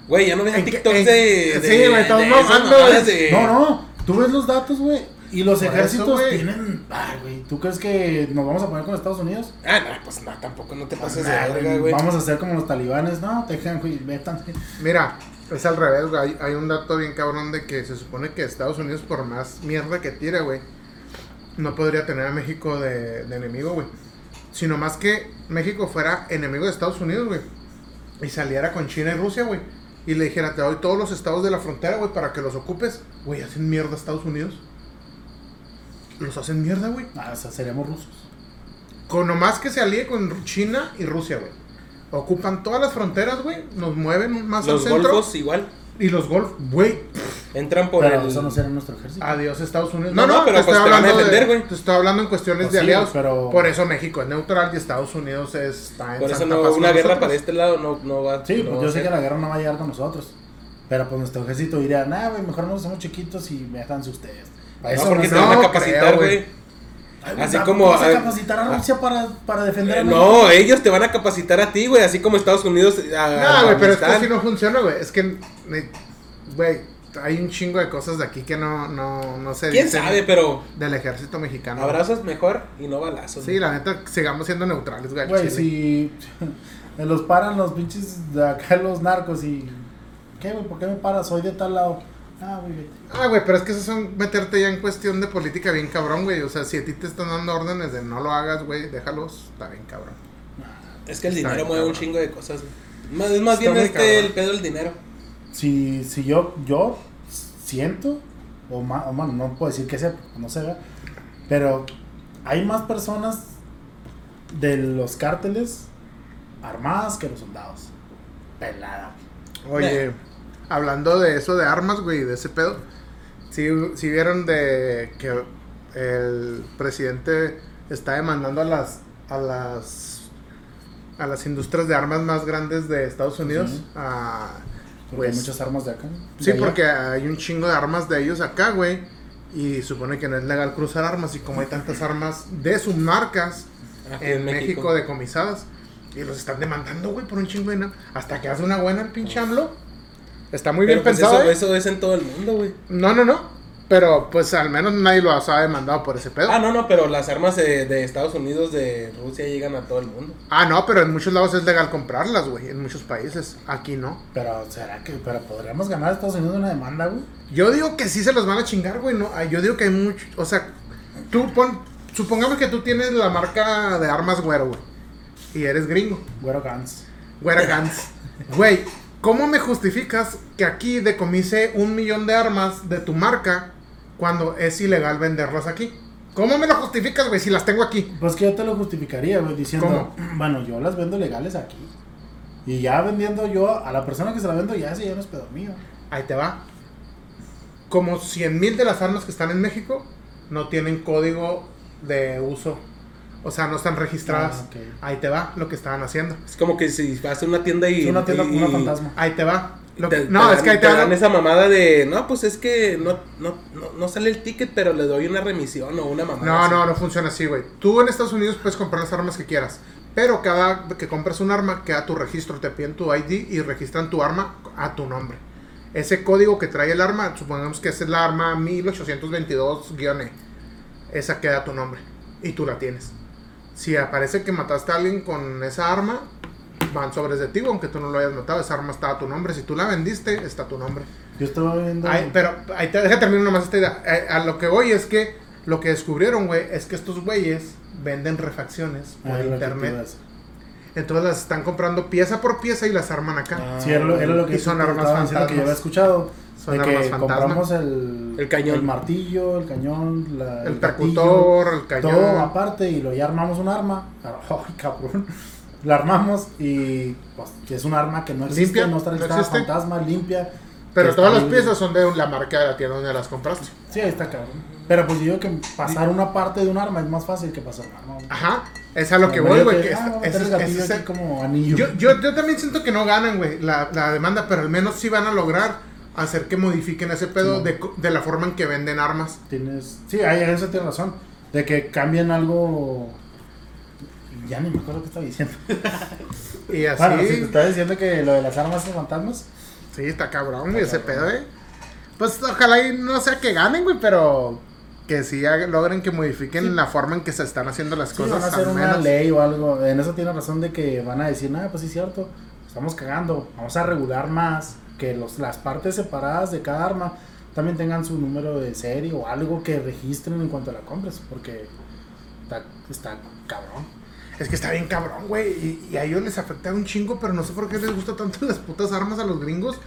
Güey, ya no veas
¿En qué-
TikTok de,
en-
de.
Sí, güey, estamos
de esas
mamando,
mamadas
güey.
de-
No, no, tú ves los datos, güey. Y los
Por eso,
ejércitos
güey.
tienen. Ay, güey, ¿tú crees que nos vamos a poner con Estados Unidos?
Ah, no, pues no, tampoco no te pases
Nah,
de
güey,
verga, güey.
Vamos a hacer como los talibanes, no, te dejan, güey, metan.
Mira, es al revés, güey. Hay, hay un dato bien cabrón de que se supone que Estados Unidos, por más mierda que tire, güey, no podría tener a México de, de enemigo, güey. Sino más que México fuera enemigo de Estados Unidos, güey. Y saliera con China y Rusia, güey. Y le dijera, te doy todos los estados de la frontera, güey, para que los ocupes. Güey, hacen mierda a Estados Unidos. Los hacen mierda, güey.
Ah, o sea, seremos rusos.
Con nomás que se alíe con China y Rusia, güey. Ocupan todas las fronteras, güey. Nos mueven más
Los
al centro.
golfos igual
Y los golf, güey.
entran por
pero
el.
eso no será nuestro ejército.
Adiós, Estados Unidos.
No, no, pero pues te van a
hablando de-
defender, güey.
Te estoy hablando en cuestiones
Pues
de
sí,
aliados.
pero-
Por eso México es neutral y Estados Unidos está en
por eso
Santa
no,
Paz con
una guerra
nosotros.
para este lado no, no va
Sí,
no
pues
va
yo
a
sé que
ser.
la guerra no va a llegar con nosotros. Pero pues nuestro ejército diría, nah, güey, mejor nos hacemos chiquitos y métanse ustedes. Para
No,
eso
porque
no
te van
no
a
creo,
capacitar,
güey.
güey.
Ay, güey,
así
¿tampoco
como-
vas
a
a
ver-
capacitar a Rusia para, para defender a
Eh,
México?
No, ellos te van a capacitar a ti, güey, así como Estados Unidos. eh, A,
No, güey, pero es que
Afganistán.
así no funciona, güey. Es que, ne- güey, hay un chingo de cosas de aquí que no, no, no se
¿Quién
dicen
sabe? Pero
del ejército mexicano.
abrazos mejor y no balazos.
Sí, la neta, sigamos siendo neutrales, güey. al
Güey,
chile.
si los paran los pinches de acá los narcos y... ¿Qué, güey? ¿Por qué me paras? Soy de tal lado. Ah, güey, vete.
Ah, güey, pero es que eso son meterte ya en cuestión de política bien cabrón, güey. O sea, si a ti te están dando órdenes de no lo hagas, güey, déjalos, está bien cabrón.
Es que el
Está
dinero
bien,
mueve un
cabrón.
chingo de cosas, güey. Más, es más
Está
bien
muy
este
cabrón.
el pedo del dinero.
Si, si yo, yo siento, o más, no puedo decir que sea, porque no se vea, pero hay más personas de los cárteles armadas que los soldados. Pelada.
Oye, hablando de eso de armas, güey, de ese pedo, si vieron de que el presidente está demandando a las a las a las industrias de armas más grandes de Estados Unidos
Ujú.
a
Porque
pues,
hay muchas armas de acá. de
sí,
allá.
porque hay un chingo de armas de ellos acá, güey, y supone que no es legal cruzar armas y como hay tantas armas de sus marcas
Aquí
en México decomisadas. Y los están demandando, güey, por un chingo de na- Hasta que hace una buena el pinche AMLO. Está muy
Pero
bien
pues
pensado.
Eso,
¿eh?
eso es en todo el mundo, güey.
No, no, no. Pero pues al menos nadie lo ha demandado por ese pedo.
Ah,
Ah, no.
no, no, pero las armas de, de Estados Unidos, de Rusia, llegan a todo el mundo.
Ah, pero en muchos lados es legal comprarlas, güey. En muchos países. Aquí no.
Pero, ¿será que pero podríamos ganar a Estados Unidos una demanda, güey?
Yo digo que sí se los van a chingar, güey. No, ah, yo digo que hay mucho. O sea, tú pon. Supongamos que tú tienes la marca de armas güero, güey. Y eres gringo.
Güero Guns.
Güera Gantz. Güey, ¿cómo me justificas que aquí decomise un millón de armas de tu marca cuando es ilegal venderlas aquí? ¿Cómo me lo justificas, güey, si las tengo aquí?
Pues que yo te lo justificaría, güey, diciendo, bueno, yo las vendo legales aquí. Y ya vendiendo yo a la persona que se la vendo, ya ese ya no es pedo mío.
Ahí te va. Como 100 mil de las armas que están en México no tienen código de uso. O sea, no están registradas.
Ah, ok.
Ahí te va lo que estaban haciendo.
Es como que si vas a una tienda y.
Es una tienda
y-
una fantasma.
Ahí te va. Lo
te-
que-
te
no,
dan-
es que ahí te,
te
va
dan
lo-
esa mamada de. No, pues es que no, no, no, no sale el ticket, pero le doy una remisión o una mamada.
No,
así.
no, no funciona así, güey. Tú en Estados Unidos puedes comprar las armas que quieras. Pero cada que compras un arma, queda tu registro. Te piden tu ID y registran tu arma a tu nombre. Ese código que trae el arma, supongamos que es el arma E. 1822-E. Esa queda a tu nombre. Y tú la tienes. Si aparece que mataste a alguien con esa arma, van sobres de ti, aunque tú no lo hayas matado. Esa arma está a tu nombre. Si tú la vendiste, está a tu nombre.
Yo estaba viendo.
Ay, pero ahí te, deja terminar nomás esta idea. Eh, A, lo que voy es que lo que descubrieron, güey, es que estos güeyes venden refacciones por
Ah, lo que tú
internet.
ves.
Entonces las están comprando pieza por pieza y las arman acá.
Ah,
Sí, era lo, era lo que
Y son
te
armas
estaba diciendo
fantasmas.
que yo había escuchado.
Son
de
armas
que
fantasma.
compramos el,
El cañón.
el martillo, el cañón, la-
el
gatillo,
percutor, el
todo ah,
cañón.
aparte y lo ya armamos un arma. Ay, cabrón. La armamos y pues que es un arma que no existe,
Limpia,
no está
no
registrada,
existe.
fantasma, limpia.
Pero
que
todas
está
las
libre.
piezas son de la marca de la tienda donde las compraste.
Sí, ahí está cabrón. Pero pues yo digo que pasar una parte de un arma es más fácil que pasar un arma. güey.
Ajá. Es a Ah, lo que
Me
voy,
digo
güey. que
ah,
esa-
voy a meter
ese-
el gatillo
ese es
aquí
el-
como anillo.
Yo, yo, yo también siento que no ganan, güey, la, la demanda, pero al menos sí van a lograr hacer que modifiquen ese pedo
Sí.
de, co- de la forma en que venden armas.
Tienes. Sí, ahí en eso tienes razón. De que cambien algo. Ya ni me acuerdo qué estaba diciendo.
Y así.
Bueno, si te estaba diciendo que lo de las armas y fantasmas.
Sí, está cabrón, güey,
Está
ese
cabrón.
pedo, eh. Pues ojalá y no sea que ganen, güey, pero que sí hagan- logren que modifiquen
Sí.
la forma en que se están haciendo las
Sí,
cosas.
van a hacer
al
una
menos.
ley o algo. En eso tiene razón de que van a decir, nada, pues sí es cierto, estamos cagando, vamos a regular más que los, las partes separadas de cada arma también tengan su número de serie o algo que registren en cuanto la compres, porque está, está cabrón.
Es que está bien cabrón, güey. Y, y a ellos les afecta un chingo, pero no sé por qué les gusta tanto las putas armas a los gringos.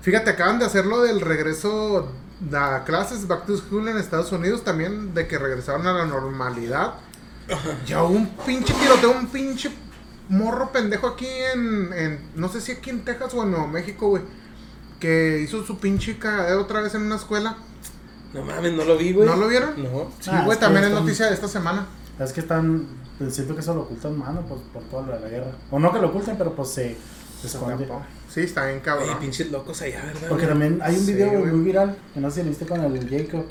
Fíjate, acaban de hacerlo del regreso a clases, back to school en Estados Unidos también, de que regresaron a la normalidad. Ya hubo un pinche tiroteo, un pinche morro pendejo aquí en, en- no sé si aquí en Texas o en Nuevo México, güey. Que hizo su pinche cagadero otra vez en una escuela.
No mames, no lo vi, güey.
¿No lo vieron?
No.
Sí,
Ah,
güey,
es que
también es
están-
noticia de esta semana.
Es que están, pues, siento que eso lo ocultan mano por, por todo lo de la guerra. O no que lo oculten, pero pues se, se esconde.
Sí, está bien
Oye,
cabrón.
pinches locos allá, ¿verdad?
Porque
güey?
también hay un
Sí,
video
güey.
muy viral, que no sé si lo viste con el Jacob,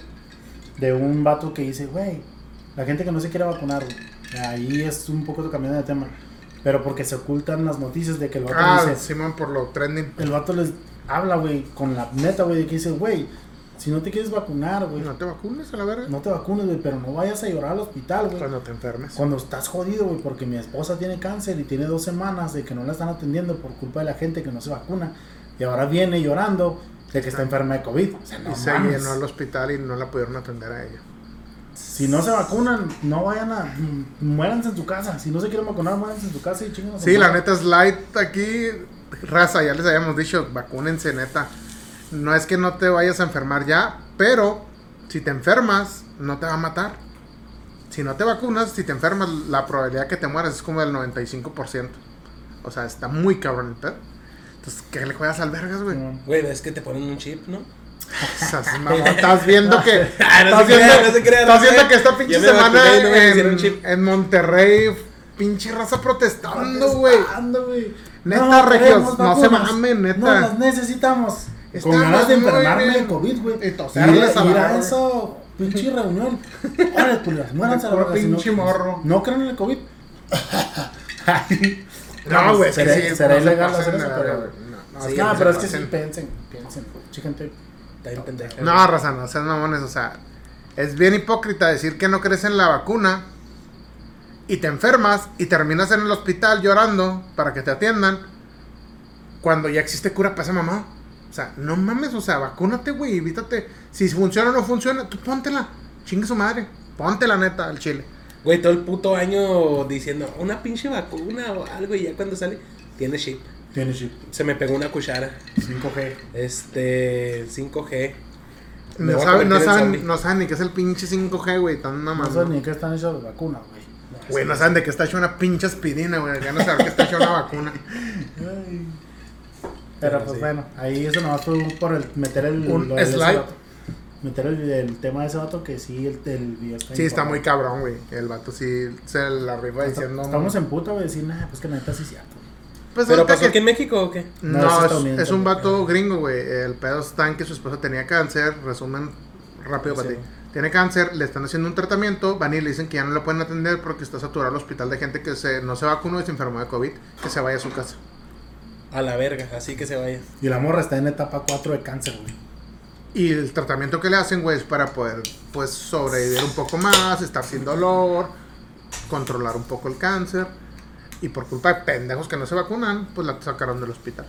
de un vato que dice, güey, la gente que no se quiere vacunar, güey". ahí es un poco cambiando de tema, pero porque se ocultan las noticias de que el vato
Ah,
dice,
Simón, por lo trending.
el vato les habla, güey, con la neta, güey, de que dice, güey, si no te quieres vacunar, güey,
No te vacunes a la verga.
no te vacunes, güey, pero no vayas a llorar al hospital, güey.
Cuando te enfermes.
Cuando estás jodido, güey, porque mi esposa tiene cáncer y tiene dos semanas de que no la están atendiendo por culpa de la gente que no se vacuna. Y ahora viene llorando de que está enferma de COVID. O sea, no
y se
mames.
llenó el hospital y no la pudieron atender a ella.
Si no se vacunan, no vayan a... Muéranse en su casa. Si no se quieren vacunar, muéranse en su casa y chingan. a su
Sí, la
madre.
neta es light aquí. Raza, ya les habíamos dicho, vacúnense, neta. No es que no te vayas a enfermar ya, pero si te enfermas, no te va a matar. Si no te vacunas, si te enfermas, la probabilidad que te mueras es como del 95%. O sea, está muy cabrón el pedo. Entonces, ¿qué le juegas al vergas, güey?
No.
Güey, es que te ponen un chip, ¿no?
Seas mamón, Estás viendo que.
Ah, no
estás
se
viendo,
crea, no se crea,
estás
no se
viendo que
crea.
esta pinche
Yo me
semana
vacuné y no me pusieron
en,
chip.
en Monterrey, pinche raza protestando, güey.
Ando, güey.
Neta,
queremos
regios, no se
vacunas.
mamen, neta.
No las necesitamos.
Estamos
Con ganas de
muy
enfermarme
bien.
de COVID, güey.
Y toserles
Ir
a la
ir a
verga.
eso, pinche reunión. Órale, culeras, muéranse a la
Puro
verga, si no- pues,
pinche morro.
No crean en el COVID.
No, güey, es que
Será-
sí,
será
no se
ilegal
pasen
hacer
de
eso,
verga,
pero-
güey. No, no,
Sí,
es que
No,
no
Ah, pero
se
es que sí,
pasen.
piensen, piensen, pues, chíquense.
Está bien pendejo.
No, raza, no seas mamones, o sea, es bien hipócrita decir que no crees en la vacuna y te enfermas y terminas en el hospital llorando para que te atiendan cuando ya existe cura para esa mamá. O sea, no mames, o sea, vacúnate, güey, evítate. Si funciona o no funciona, tú póntela, chingue su madre, póntela neta al chile.
Güey, todo el puto año diciendo una pinche vacuna o algo y ya cuando sale, tiene chip.
Tiene chip
Se me pegó una cuchara.
5G.
Este, 5G. Me
No
voy a
saben, no
convertir en
saben,
zombie.
no saben ni qué es el pinche 5G, güey, tan
No
mamando.
saben ni de qué están hechas las vacunas, güey.
Güey, no saben de qué está hecha una pinche aspirina, güey, ya no saben qué está hecha una vacuna.
Ay.
Pero
Pero pues
sí.
bueno, ahí eso nomás fue un- por el, meter el
Un
lo de ese
slide.
vato. meter el, el tema de ese vato que sí, el, el video está
Sí, está
informado.
muy cabrón, güey. El vato sí se la rifa
Está-
diciendo.
Estamos en puta, güey, decir, nada, pues que neta sí es cierto.
Pues
¿Pero
ahorita
pasó aquí
que-
en México o qué?
No, es
No, es- es,
estadounidense,
un
güey.
vato gringo, güey. El pedo está en que su esposa tenía cáncer. Resumen rápido para
Sí.
ti. Tiene cáncer, le están haciendo un tratamiento. Van y le dicen que ya no lo pueden atender porque está saturado el hospital de gente que se, no se vacunó y se enfermó de COVID. Que se vaya a su casa.
A la verga, así que se vaya.
Y la morra está en etapa 4 de cáncer, güey.
Y el tratamiento que le hacen, güey, es para poder, pues, sobrevivir un poco más, estar sin dolor, controlar un poco el cáncer. Y por culpa de pendejos que no se vacunan, pues la sacaron del hospital.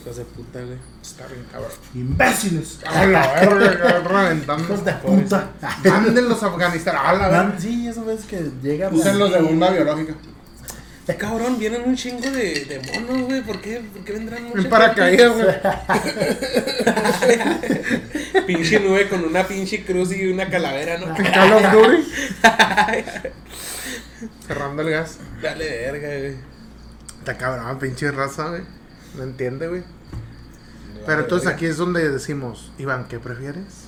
Hijos de puta, güey.
Está bien, cabrón.
¡Imbéciles!
A la verga, reventando.
¡Hijos de puta!
Mándenlos a Afganistán. A la verga.
Man, sí, eso ves que llega.
Úsenlos Pues de bomba biológica.
Eh, Cabrón, vienen un chingo de, de monos, güey. ¿Por qué, ¿Por qué vendrán muchos?
En paracaídas, güey.
Pinche nube con una pinche cruz y una calavera, ¿no?
Call of Duty. Cerrando el gas.
Dale verga, güey.
Está cabrón, pinche raza, güey. No entiende, güey. Pero entonces aquí es donde decimos, Iván, ¿qué prefieres?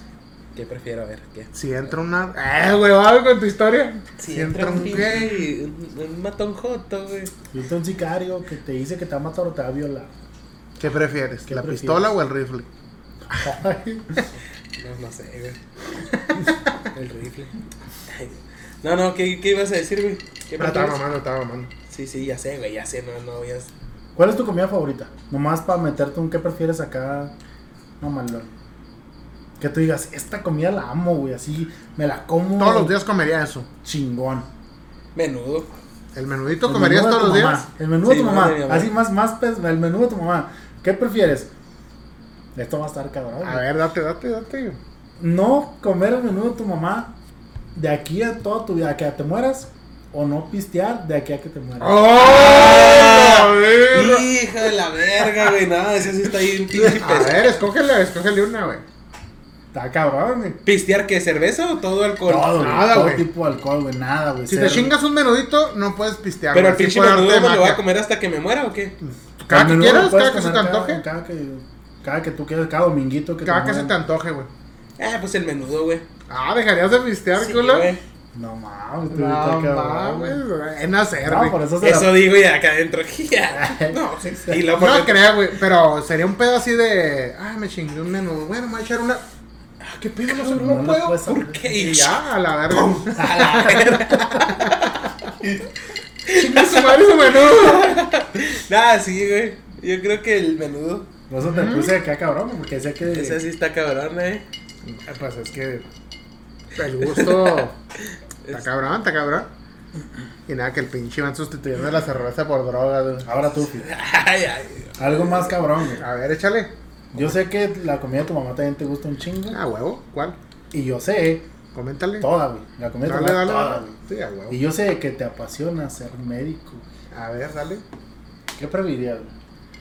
¿Qué prefiero? A ver, ¿qué?
Si entra una. ¡Eh, güey! va con tu historia.
Si entra un gay, un, un matón joto, güey.
Y está un sicario que te dice que te va a matar o te va a violar.
¿Qué prefieres?
¿Qué
¿La
prefieres?
pistola o el rifle?
No, no sé, güey. El rifle. No, no, ¿qué, qué ibas a decir, güey? ¿Qué
No, estaba
prefieres?
mamando, estaba mamando.
Sí, sí, ya sé, güey, ya sé, no, no, ya sé.
¿Cuál es tu comida favorita? Nomás para meterte un qué prefieres acá. No, malón. Que tú digas, esta comida la amo, güey. Así me la como.
Todos los días comería eso.
Chingón.
Menudo.
¿El menudito
El
comerías
menú de
todos los
tu mamá,
días?
El menú de
Sí,
tu
no,
mamá.
de mi mamá.
Así más, más, pes- el menú de tu mamá. ¿Qué prefieres? Esto va a estar cabrón.
A
güey.
ver, date, date, date.
No comer el menú de tu mamá de aquí a toda tu vida, a que te mueras. O no pistear de aquí a que te mueras.
Ah. ¡Oh! A ver,
Hija de la verga, güey. No, ese sí está ahí un pinche
a
pes-
ver escógele, escógele una, güey.
Está cabrón, güey.
¿Pistear qué? ¿Cerveza o todo alcohol? Ah,
Todo, güey,
nada,
todo
güey.
tipo de alcohol, güey. Nada, güey.
Si te
cero.
chingas un menudito, no puedes pistear.
Pero
güey,
el
sí
pinche
puede darte
menudo me lo voy
maca.
a comer hasta que me muera o qué?
Cada
El
que
menú
quieras,
lo puedes
cada que se te
comer cada-
antoje.
Cada que, cada que tú quieras, cada dominguito que
Cada que se te
mueran.
antoje, güey.
Ah, pues el menudo, güey.
Ah, dejarías de pistear,
Sí,
culo.
güey.
No mames, tú está
No,
cabrón,
mames,
güey.
güey. en hacer,
No,
güey.
por eso se
Eso
la-
digo y acá adentro. ya. No, sí, sí. Y luego
No
porque-
creo, güey, pero sería un pedo así de. Ah, me chingué un menudo. Bueno, me voy a echar una. Ah, qué pedo, no, sé,
No
no
lo
puedo.
puedes
¿Por
hacer.
qué? Y ya, a la verga.
A la verga.
Chingue su madre su menudo.
Nah, sí, güey. Yo creo que el menudo.
Por eso te puse acá, cabrón, güey, porque sé
Pues
que.
Ese sí está cabrón, eh.
Ah, Pues es que. El gusto. Está cabrón, está cabrón. Y nada, que el pinche van sustituyendo la cerveza por droga, güey.
Ahora tú, Fidel.
Ay, ay.
Algo más cabrón, güey.
A ver, échale.
Yo sé que la comida de tu mamá también te gusta un chingo.
Ah, huevo, ¿cuál?
Y yo sé,
Coméntale.
toda, güey. La comida de tu
Dale, dale,
mamá, toda,
dale.
güey.
Sí, a huevo.
Y yo sé que te apasiona ser médico. güey.
A ver, dale.
¿Qué preferirías, güey?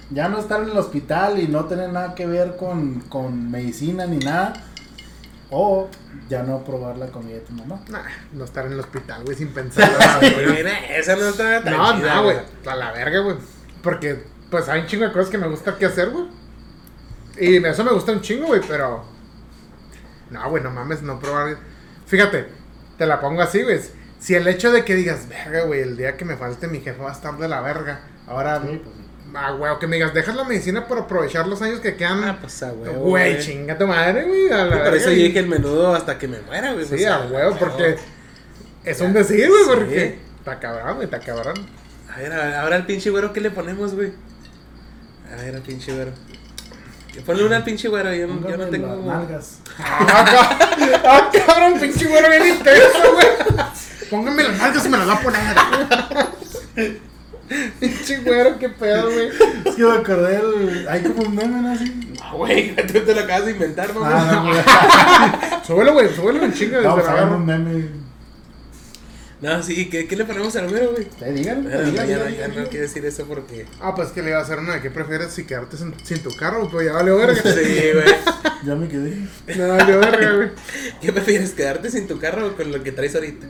Ya no estar en el hospital y no tener nada que ver con, con medicina ni nada. O ya no probar la comida de tu mamá.
Nah, no estar en el hospital, güey, sin pensar. a la verga.
Mira, esa no está tan
No,
chida,
no, güey. A la verga, güey. Porque, pues, hay un chingo de cosas que me gusta que hacer, güey. Y eso me gusta un chingo, güey, pero. No, güey, no mames, no probar. Fíjate, te la pongo así, güey. Si el hecho de que digas, verga, güey, el día que me falte mi jefe va a estar de la verga. Ahora,
Sí, pues, sí.
ah, güey, o que me digas, dejas la medicina por aprovechar los años que quedan.
Ah, pues a huevo.
güey, chinga tu madre, güey. a la
Por
verga,
eso
y-
yo dije el menudo hasta que me muera, güey.
Sí,
pues,
a
la
huevo, porque es un
Ya.
decir, güey,
Sí.
porque está cabrón, güey, está cabrón.
A ver, a ver, ahora al pinche güero, ¿qué le ponemos, güey? A ver, al pinche güero. Ponle una al pinche güero, yo, no- yo no
Póngame
tengo.
las nalgas.
Ah, ca- ah, cabrón, pinche güero bien intenso, güey. Póngame las nalgas y me las va a poner. Pinche güero, qué pedo, güey.
Es que me acordé, del- hay como un meme ¿no? así.
Ah, güey, tú te lo acabas de inventar, mamá.
Ah, no, güey.
Súbelo, güey, súbelo en chinga desde
Vamos
la
a ver un
barra.
meme.
No, sí, ¿qué, qué le ponemos al güero, güey?
Te digan,
No,
te
no,
digan,
ya, no,
digan,
ya no
digan.
quiero decir eso porque.
Ah, pues que le iba a hacer una de qué prefieres si quedarte sin, sin tu carro, pues ya valió verga.
Sí, güey.
Ya me quedé.
Ya valió verga, güey.
¿Qué prefieres, quedarte sin tu carro o con lo que traes ahorita?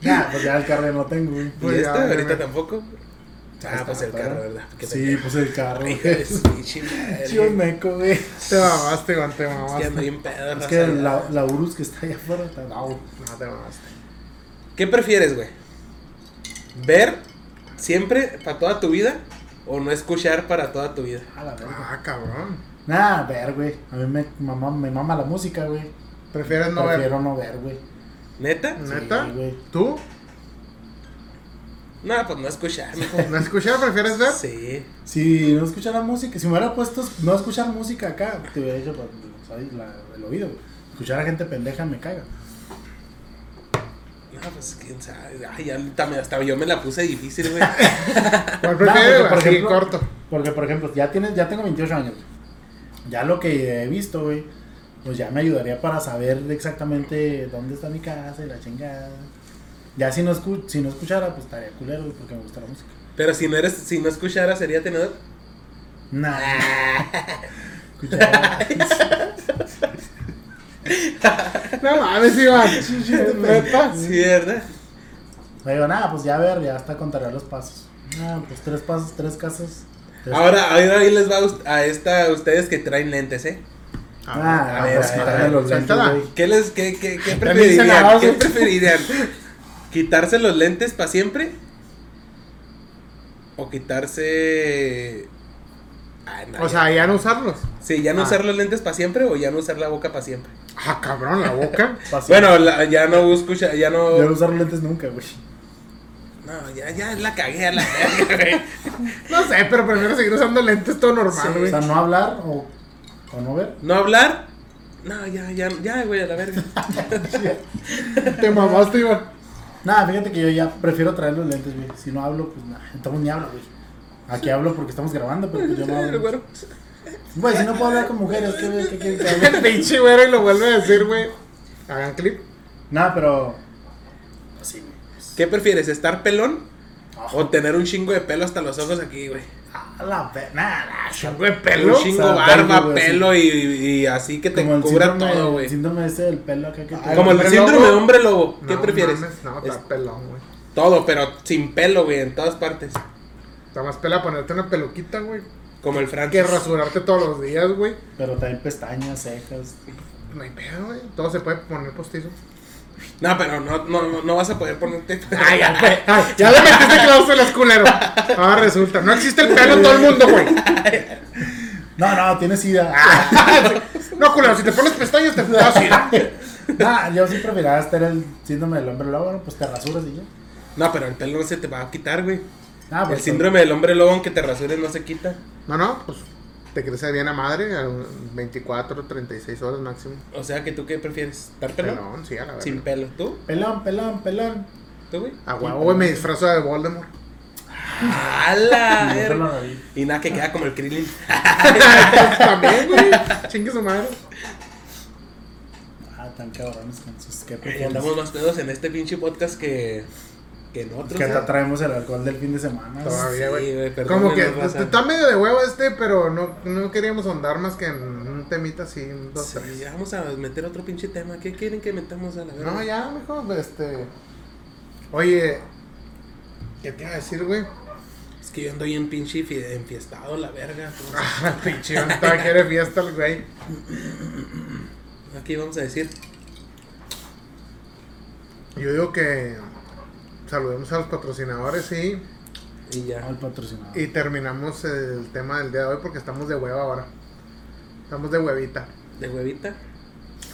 Ya, pues ya el carro ya no tengo, güey.
Pues
¿Y
ya,
esta?
ya,
¿Ahorita
ya.
tampoco?
Ahí
Ah,
está,
pues el
está,
carro,
¿verdad?
¿verdad? Qué
Sí, pues el carro,
pendejo. Hijo
güey.
de su pinche madre.
Chido meco, güey.
Te mamaste, güey, te
Es que ando
mamaste.
bien pedo,
Es
raza,
que
ya.
la, la URUS que está allá afuera está bravo.
No, te mamaste.
¿Qué prefieres, güey? ¿Ver siempre para toda tu vida o no escuchar para toda tu vida?
A la verga.
Ah, cabrón.
Nah, ver, güey. A mí me mamá, me mama la música, güey.
¿Prefieres no ver?
Prefiero no ver, güey.
¿Neta?
¿Neta?
Sí, güey.
¿Tú?
No, pues no escuchar, mijo.
¿No escuchar? ¿Prefieres ver?
Sí.
Si no escuchara música, si me hubiera puesto no escuchar música acá, te hubiera hecho pues, ¿sabes? La- el oído, güey. Escuchar a gente pendeja me caga.
pues quién sabe. Ay, ya, también hasta yo me la puse difícil, güey.
¿Cuál
No,
prefieres?
porque, por
Así,
ejemplo-
corto.
Porque, por ejemplo, ya, tienes, ya tengo 28 años. güey. Ya lo que he visto, güey, pues ya me ayudaría para saber exactamente dónde está mi casa y la chingada. Ya si no, escu- si no escuchara, pues estaría culero, güey, porque me gusta la música.
Pero si no eres, si no escuchara, sería tenedor.
Nah. Escuchara.
No mames, Iván. Neta.
Sí, ¿verdad?
Me digo, nada, pues ya ver, ya hasta contaré los pasos. Ah, pues tres pasos, tres casas. tres-
Ahora, ahora ahí les va a ust- a esta a ustedes que traen lentes, ¿eh?
Ah,
A ver,
pues
a ver,
quitarme
a ver,
los lentes,
suéltala.
güey.
¿Qué les qué, qué, qué
me dicen
preferirían?
nada,
¿Qué
güey.
preferirían? ¿Quitarse los lentes para siempre? ¿O quitarse Ay, no,
O
ya.
sea, ya no usarlos.
sí, ya no
ah.
usar los lentes para siempre o ya no usar la boca para siempre?
Ah, cabrón, la boca.
Pasos.
Bueno, la- ya no escucha, ya no
yo no usar lentes nunca, güey.
No, ya ya la cagué a la verga, güey.
No sé, pero prefiero seguir usando lentes todo
Ah,
normal,
O
güey.
sea, no hablar o, o no ver.
¿No hablar? No, ya ya ya güey, a la verga.
Te mamaste, Iván.
Nada, fíjate que yo ya prefiero traer los lentes, güey. Si no hablo, pues nada. Entonces ni hablo, güey. Aquí hablo porque estamos grabando, pero pues yo no hablo.
Bueno,
Güey, si no puedo hablar con mujeres, ¿qué, qué quieres que hable?
El pinche güero y lo vuelve a decir, güey. Hagan clip.
Nada, pero. Pues sí, güey.
¿Qué prefieres, estar pelón o
Ojo,
tener un chingo de pelo hasta los ojos aquí, güey?
a la verga. Nada,
Chingo de pelo.
Un chingo
O sea,
barba,
pelo, güey,
pelo y, y así que te
como el
cubra
síndrome,
todo,
el
güey. Ah,
síndrome ese del pelo acá que
Ay,
Como el
hombre
síndrome
lobo.
de hombre lobo. ¿Qué
No
prefieres?
mames, no,
Es
está pelón, güey.
todo, pero sin pelo, güey, en todas partes.
Está más pela ponerte una peluquita, güey.
Como el Francis.
Que rasurarte todos los días, güey.
Pero también pestañas, cejas.
No hay pedo, güey. Todo se puede poner postizo.
No, pero no, no, no- no vas a poder ponerte.
Ay, ya, güey. Ay, ya le metiste cláusulas, culero. Ahora resulta. No existe el pelo en todo el mundo, güey.
No, no, tienes sida. Ah,
No, culero, si te pones pestañas te das sida.
Nah, yo sí preferiría estar el síndrome del hombre lobo, ¿no? pues te rasuras y ya.
No, pero el pelo no se te va a quitar, güey.
Ah,
el
pues,
síndrome del hombre lobo, aunque te rasures, no se quita.
No, no, pues te crece bien a madre a un 24, 36 horas máximo.
O sea, que tú qué prefieres, estar pelón.
Pelón, sí, a la verdad.
Sin pelo. ¿Tú?
Pelón, pelón, pelón.
¿Tú, güey?
A huevo, güey, me disfrazo de Voldemort.
¡Hala!
No te lo reí.
y nada, que queda como el Krillin.
También, güey. Chingue su madre.
Ah, tan cabrones con sus que
Y andamos más pedos en este pinche podcast que, que en otros.
Que
¿eh?
te traemos el alcohol del fin de semana.
Todavía,
Sí,
güey.
güey, perdón,
Como que
no pasa.
este, está medio de huevo este, pero no, no queríamos ahondar más que en un temita así, un, dos,
Sí,
tres.
ya vamos a meter otro pinche tema. ¿Qué quieren que metamos a la verga?
No, ya, mijo, este. Oye, ¿qué te iba a decir, güey?
Es que yo ando bien pinche fie- enfiestado, la verga. pues.
Pinche, estaba que era fiesta el güey.
Aquí vamos a decir.
Yo digo que saludemos a los patrocinadores, sí.
Y ya.
Al patrocinador.
Y terminamos el tema del día de hoy porque estamos de hueva ahora. Estamos de huevita.
De huevita.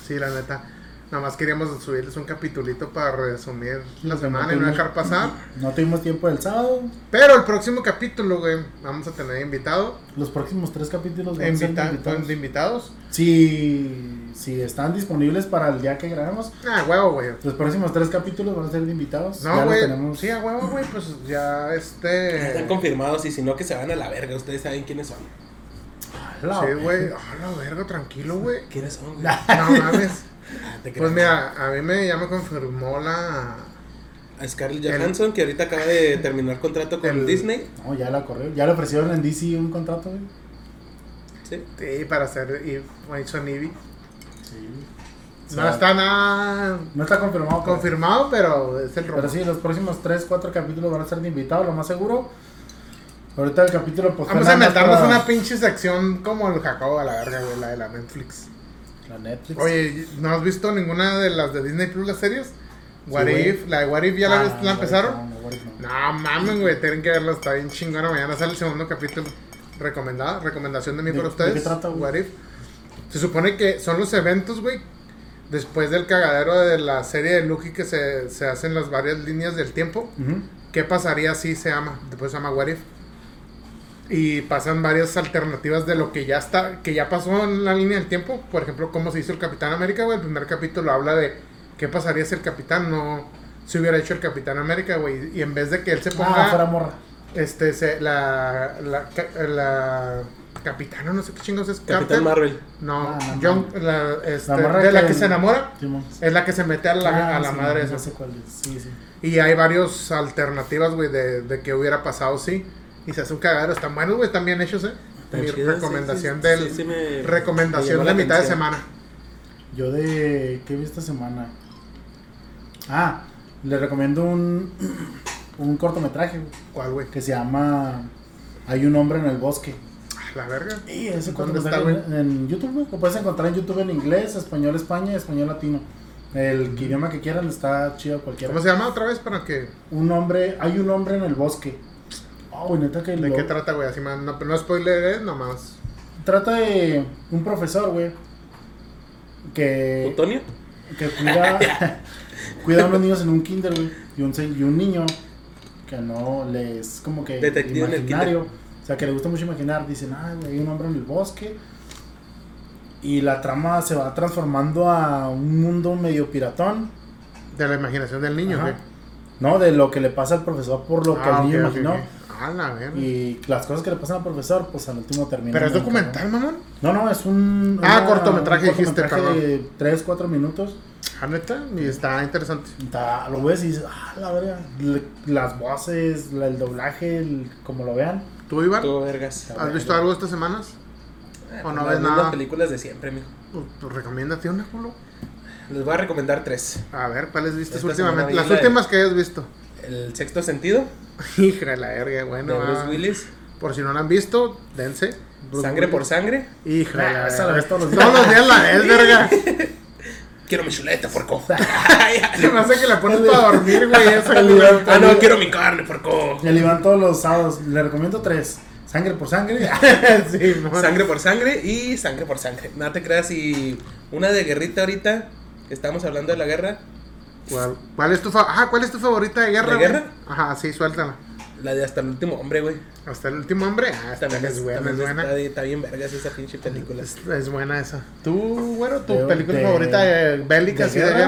Sí, la neta. Nada más queríamos subirles un capitulito para resumir la
Sí,
semana
no
y no
tuvimos-
dejar pasar.
No tuvimos tiempo el sábado.
Pero el próximo capítulo, güey, vamos a tener invitado.
Los próximos tres capítulos van a ser
Invita
invitados.
de invitados.
Si, si están disponibles para el día que grabemos,
Ah, huevo, güey.
los próximos tres capítulos van a ser de invitados.
No,
ya
güey.
Los tenemos.
Sí, a huevo, güey. Pues ya
Ya
este.
Están confirmados y si no, que se van a la verga. Ustedes saben quiénes son.
La-
Sí, güey. Ah, la verga, tranquilo, güey.
¿Quiénes son, güey?
No mames.
Ah, te creo.
Pues mira, a mí me, ya me confirmó la.
A Scarlett Johansson, que ahorita acaba de terminar contrato con
El-
Disney.
No, ya la corrió. Ya le ofrecieron en DC un contrato, güey.
Sí.
Sí, para hacer Eve- Mason Ivy.
Sí.
No está nada
No está confirmado. pero-
confirmado, pero es el
Pero
rumor.
sí, los próximos 3, 4 capítulos van a ser de invitados, lo más seguro. Ahorita el capítulo pues fue
Vamos a
nada más
meternos
para
una pinche sección como el Jacobo a la verga, güey, la de la Netflix.
La Netflix.
Oye, ¿no has visto ninguna de las de Disney Plus, las series? What
güey.
If, la de What If ya la,
Ah,
ves- la
no,
empezaron.
no, no, no.
No mames, güey, tienen que verla, está bien chingona. Mañana sale el segundo capítulo. Recomendada, recomendación de mí
¿De-
para
de qué
ustedes.
trata, güey?
What If. Se supone que son los eventos, güey, después del cagadero de la serie de Lucky que se, se hacen las varias líneas del tiempo.
Ujú.
¿Qué pasaría si se ama? Después se llama What If. Y pasan varias alternativas de lo que ya está, que ya pasó en la línea del tiempo. Por ejemplo, cómo se hizo el Capitán América, güey. El primer capítulo habla de qué pasaría si el Capitán no, si hubiera hecho el Capitán América, güey. Y en vez de que él se
Ah,
ponga.
fuera morra.
Este, se- la, la, ca- la capitana, no sé qué chingos es.
Capitán
Carter.
Marvel.
No,
Ah, no,
John,
no.
la, este,
La morra
de la
que-
que se enamora,
Simón.
es la que se mete a la,
Ah,
a la
sí,
madre
ya
esa.
sé cuál es. Sí, sí.
Y hay varias alternativas, güey, de, de que hubiera pasado, sí. Y se hace un cagadero. Están buenos, güey, están bien hechos, eh.
Están
Mi
chidos,
recomendación
sí, sí,
del...
sí, sí me-
recomendación
me
de
llamó la
mitad de
atención.
semana.
Yo de... ¿Qué vi esta semana? Ah, le recomiendo un, un cortometraje güey,
¿Cuál, güey?
que se llama Hay un hombre en el bosque.
Ah, La verga.
Y ese
¿Dónde
cortometraje
está,
en, en YouTube, güey. Lo puedes encontrar en YouTube en inglés, español España, español latino. El que idioma que quieran está chido cualquiera.
¿Cómo se llama otra vez para que...
Un hombre, hay un hombre en el bosque. Oh, güey, neta que
¿De
lo-
qué trata, güey? Así, man, no, no spoiler, nomás.
trata de un profesor, güey, que
¿Antonio?
Eh,
que cuida, cuida a unos niños en un kinder, güey. Y un, se- y un niño que no le es como que
Detective en el
imaginario. O sea, que le gusta mucho imaginar. Dicen, ah, güey, hay un hombre en el bosque. Y la trama se va transformando a un mundo medio piratón.
De la imaginación del niño,
Ajá.
güey.
¿No? De lo que le pasa al profesor por lo que
Ah,
el niño
ok, ok,
imaginó.
ok. Ah, la verga.
Y las cosas que le pasan al profesor, pues al último terminan.
Pero es
en el-
documental, mamón.
No, no, es un.
Ah, cortometraje
un
dijiste,
cortometraje de 3, 4 minutos.
Ah, neta, y está interesante.
Está- lo ves y dices, ah, la verga. Le- las voces, la- el doblaje, el- como lo vean.
¿Tú, Iván?
Tú, vergas.
¿Has visto algo estas semanas?
Ah,
¿O
pues
no
las
ves
mismas
nada?
películas de siempre, mijo.
Pues, pues, recomiéndate una, culo.
Les voy a recomendar tres.
A ver, ¿cuáles viste
Esta
últimamente?
semana vi
Las
la de-
últimas que hayas visto.
El sexto sentido,
Hija de la verga,
de
bueno.
Bruce
ah,
Willis.
Por si no la han visto, dense. Bruce
Sangre por
Willis.
sangre.
Hija de
Ah,
la
esa la
verga.
ves todos los días.
Todos los días la ves, verga.
Quiero mi chuleta, porco.
Se me hace que la pones para dormir, güey. Esa,
El
güey.
Iván-
ah, no, quiero mi carne, porco.
El Iván todos los sábados. Le recomiendo tres: Sangre por Sangre.
Sí, mamón.
Sangre por sangre y sangre por sangre. No te creas, y una de guerrita ahorita, que estamos hablando de la guerra,
¿Cuál, cuál es tu fa- ah, ¿cuál es tu favorita de guerra,
¿De
güey?
guerra?
Ajá, sí, suéltala.
la de hasta el último hombre, güey.
Hasta el último hombre. Ah, esta
También,
es
es-
buena, es
también
buena.
Está, está bien vergas esa pinche película.
Es, es buena esa. ¿Tú, bueno, tu
De-
película
de-
favorita eh, bélica,
de
así de
guerra?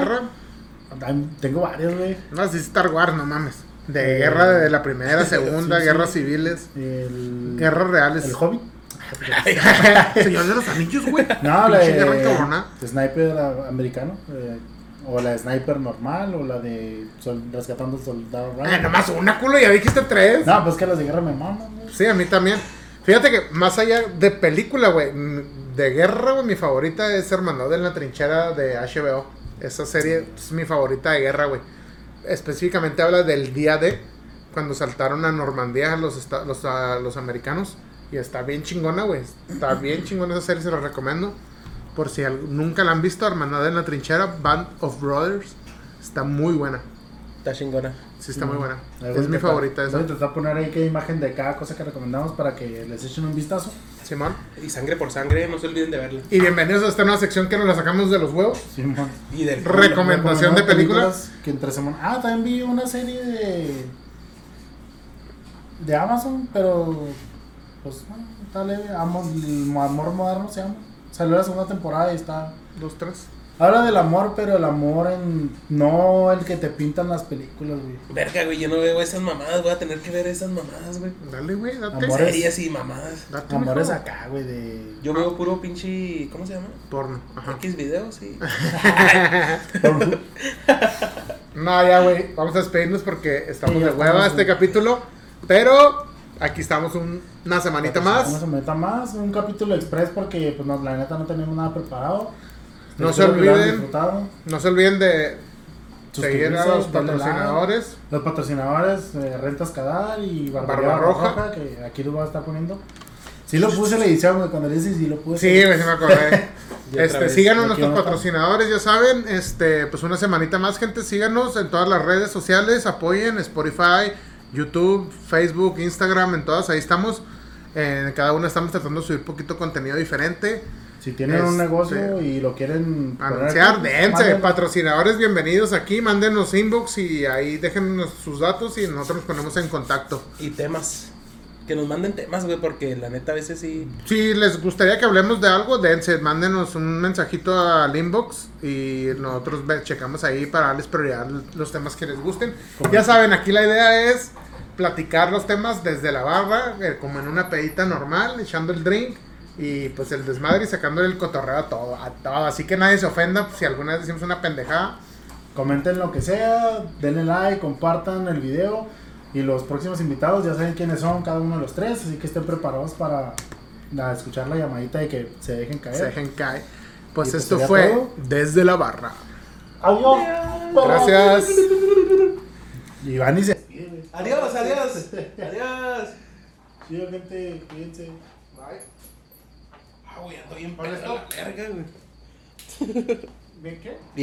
guerra?
Ay, Tengo varias, güey.
No, sí, Star Wars, no mames. De guerra de la primera, segunda,
Sí, sí.
guerras civiles,
El.
guerras reales.
El Hobbit.
Señor de los Anillos, güey.
No, la
Pinche
de.
guerra cabrona.
Sniper ah, americano. eh, o la de Sniper normal. O la de sol- Rescatando al Soldado
Ah,
Ryan.
nomás una, culo, ya dijiste tres.
No, pues que las de guerra me maman, güey.
Sí, a mí también. Fíjate que más allá de película, güey, mm, de guerra, güey, mi favorita es Hermandad en la Trinchera de HBO. Esa serie es mi favorita de guerra, güey. Específicamente habla del día de cuando saltaron a Normandía los, esta- los, a- los americanos. Y está bien chingona, güey. Está bien chingona esa serie, se la recomiendo. Por si al- nunca la han visto, Hermandad en la Trinchera, Band of Brothers. Está muy buena.
Está chingona.
Sí, está muy buena.
Ahí voy a
Es mi
intentar-
favorita esa.
Voy a intentar poner ahí qué imagen de cada cosa que recomendamos para que les echen un vistazo.
Simón.
Y sangre por sangre, no se olviden de verla.
Y bienvenidos a esta nueva sección que nos la sacamos de los huevos.
Simón.
Y del
Recomendación de películas.
que entre semana. Ah, también vi una serie de. de Amazon, pero. Pues, no, está leve. Amor, el amor moderno se llama. Salió la segunda temporada y está.
Dos, tres.
Habla del amor, pero el amor en. No el que te pintan las películas, güey.
Verga, güey, yo no veo esas mamadas, voy a tener que ver esas mamadas, güey.
Dale, güey, date.
Amores.
Series y mamadas.
Date,
Amores
mijo.
acá, güey, de.
Yo veo puro pinche, ¿cómo se llama?
Porno. Ajá.
X videos y
No, ya, güey. Vamos a despedirnos porque estamos
Sí, ya
de
estamos,
hueva este
güey.
capítulo. Pero aquí estamos un- una semanita
Una
más.
semanita más, un capítulo express porque pues no, la neta no tenemos nada preparado.
No se
Espero que lo hayan
olviden.
disfrutado.
No se olviden de seguir a
Suscribirse,
los
denle like.
patrocinadores.
Los patrocinadores, eh, Rentas Cadar y Barbería
Barba
Roja,
Roja,
que aquí lo voy a estar poniendo. Sí lo puse en la edición, güey, cuando le dices sí lo puse.
Sí, güey, se me acordé.
Y otra
Este,
vez,
síganos
aquí
nuestros
anotado.
patrocinadores, ya saben, este, pues una semanita más, gente, síganos en todas las redes sociales, apoyen Spotify, YouTube, Facebook, Instagram, en todas, ahí estamos. En cada una estamos tratando de subir poquito contenido diferente.
Si tienen un
Este,
negocio y lo quieren poner
Anunciar,
aquí,
dense,
mándenlo.
patrocinadores, bienvenidos aquí, mándenos inbox y ahí déjennos sus datos y nosotros nos ponemos en contacto.
y temas. que nos manden temas, güey, porque la neta a veces sí.
Si les gustaría que hablemos de algo, dense, mándenos un mensajito al inbox y nosotros ve- checamos ahí para darles prioridad los temas que les gusten. Ya saben, aquí la idea es platicar los temas desde la barra, eh, como en una pedita normal, echando el drink y pues el desmadre y sacándole el cotorreo a todo, a todo. Así que nadie se ofenda si alguna vez decimos una pendejada.
Comenten lo que sea, denle like, compartan el video. Y los próximos invitados ya saben quiénes son cada uno de los tres, así que estén preparados para la- escuchar la llamadita y que se dejen caer.
Se dejen caer. Pues,
Eh. Y pues
esto
sería
fue
todo.
desde la barra.
Adiós.
Gracias.
Y van y se
Adiós, adiós, adiós.
Chido, gente, cuídense.
Ah, güey, ando bien pedo a la verga, güey.
¿Bien qué?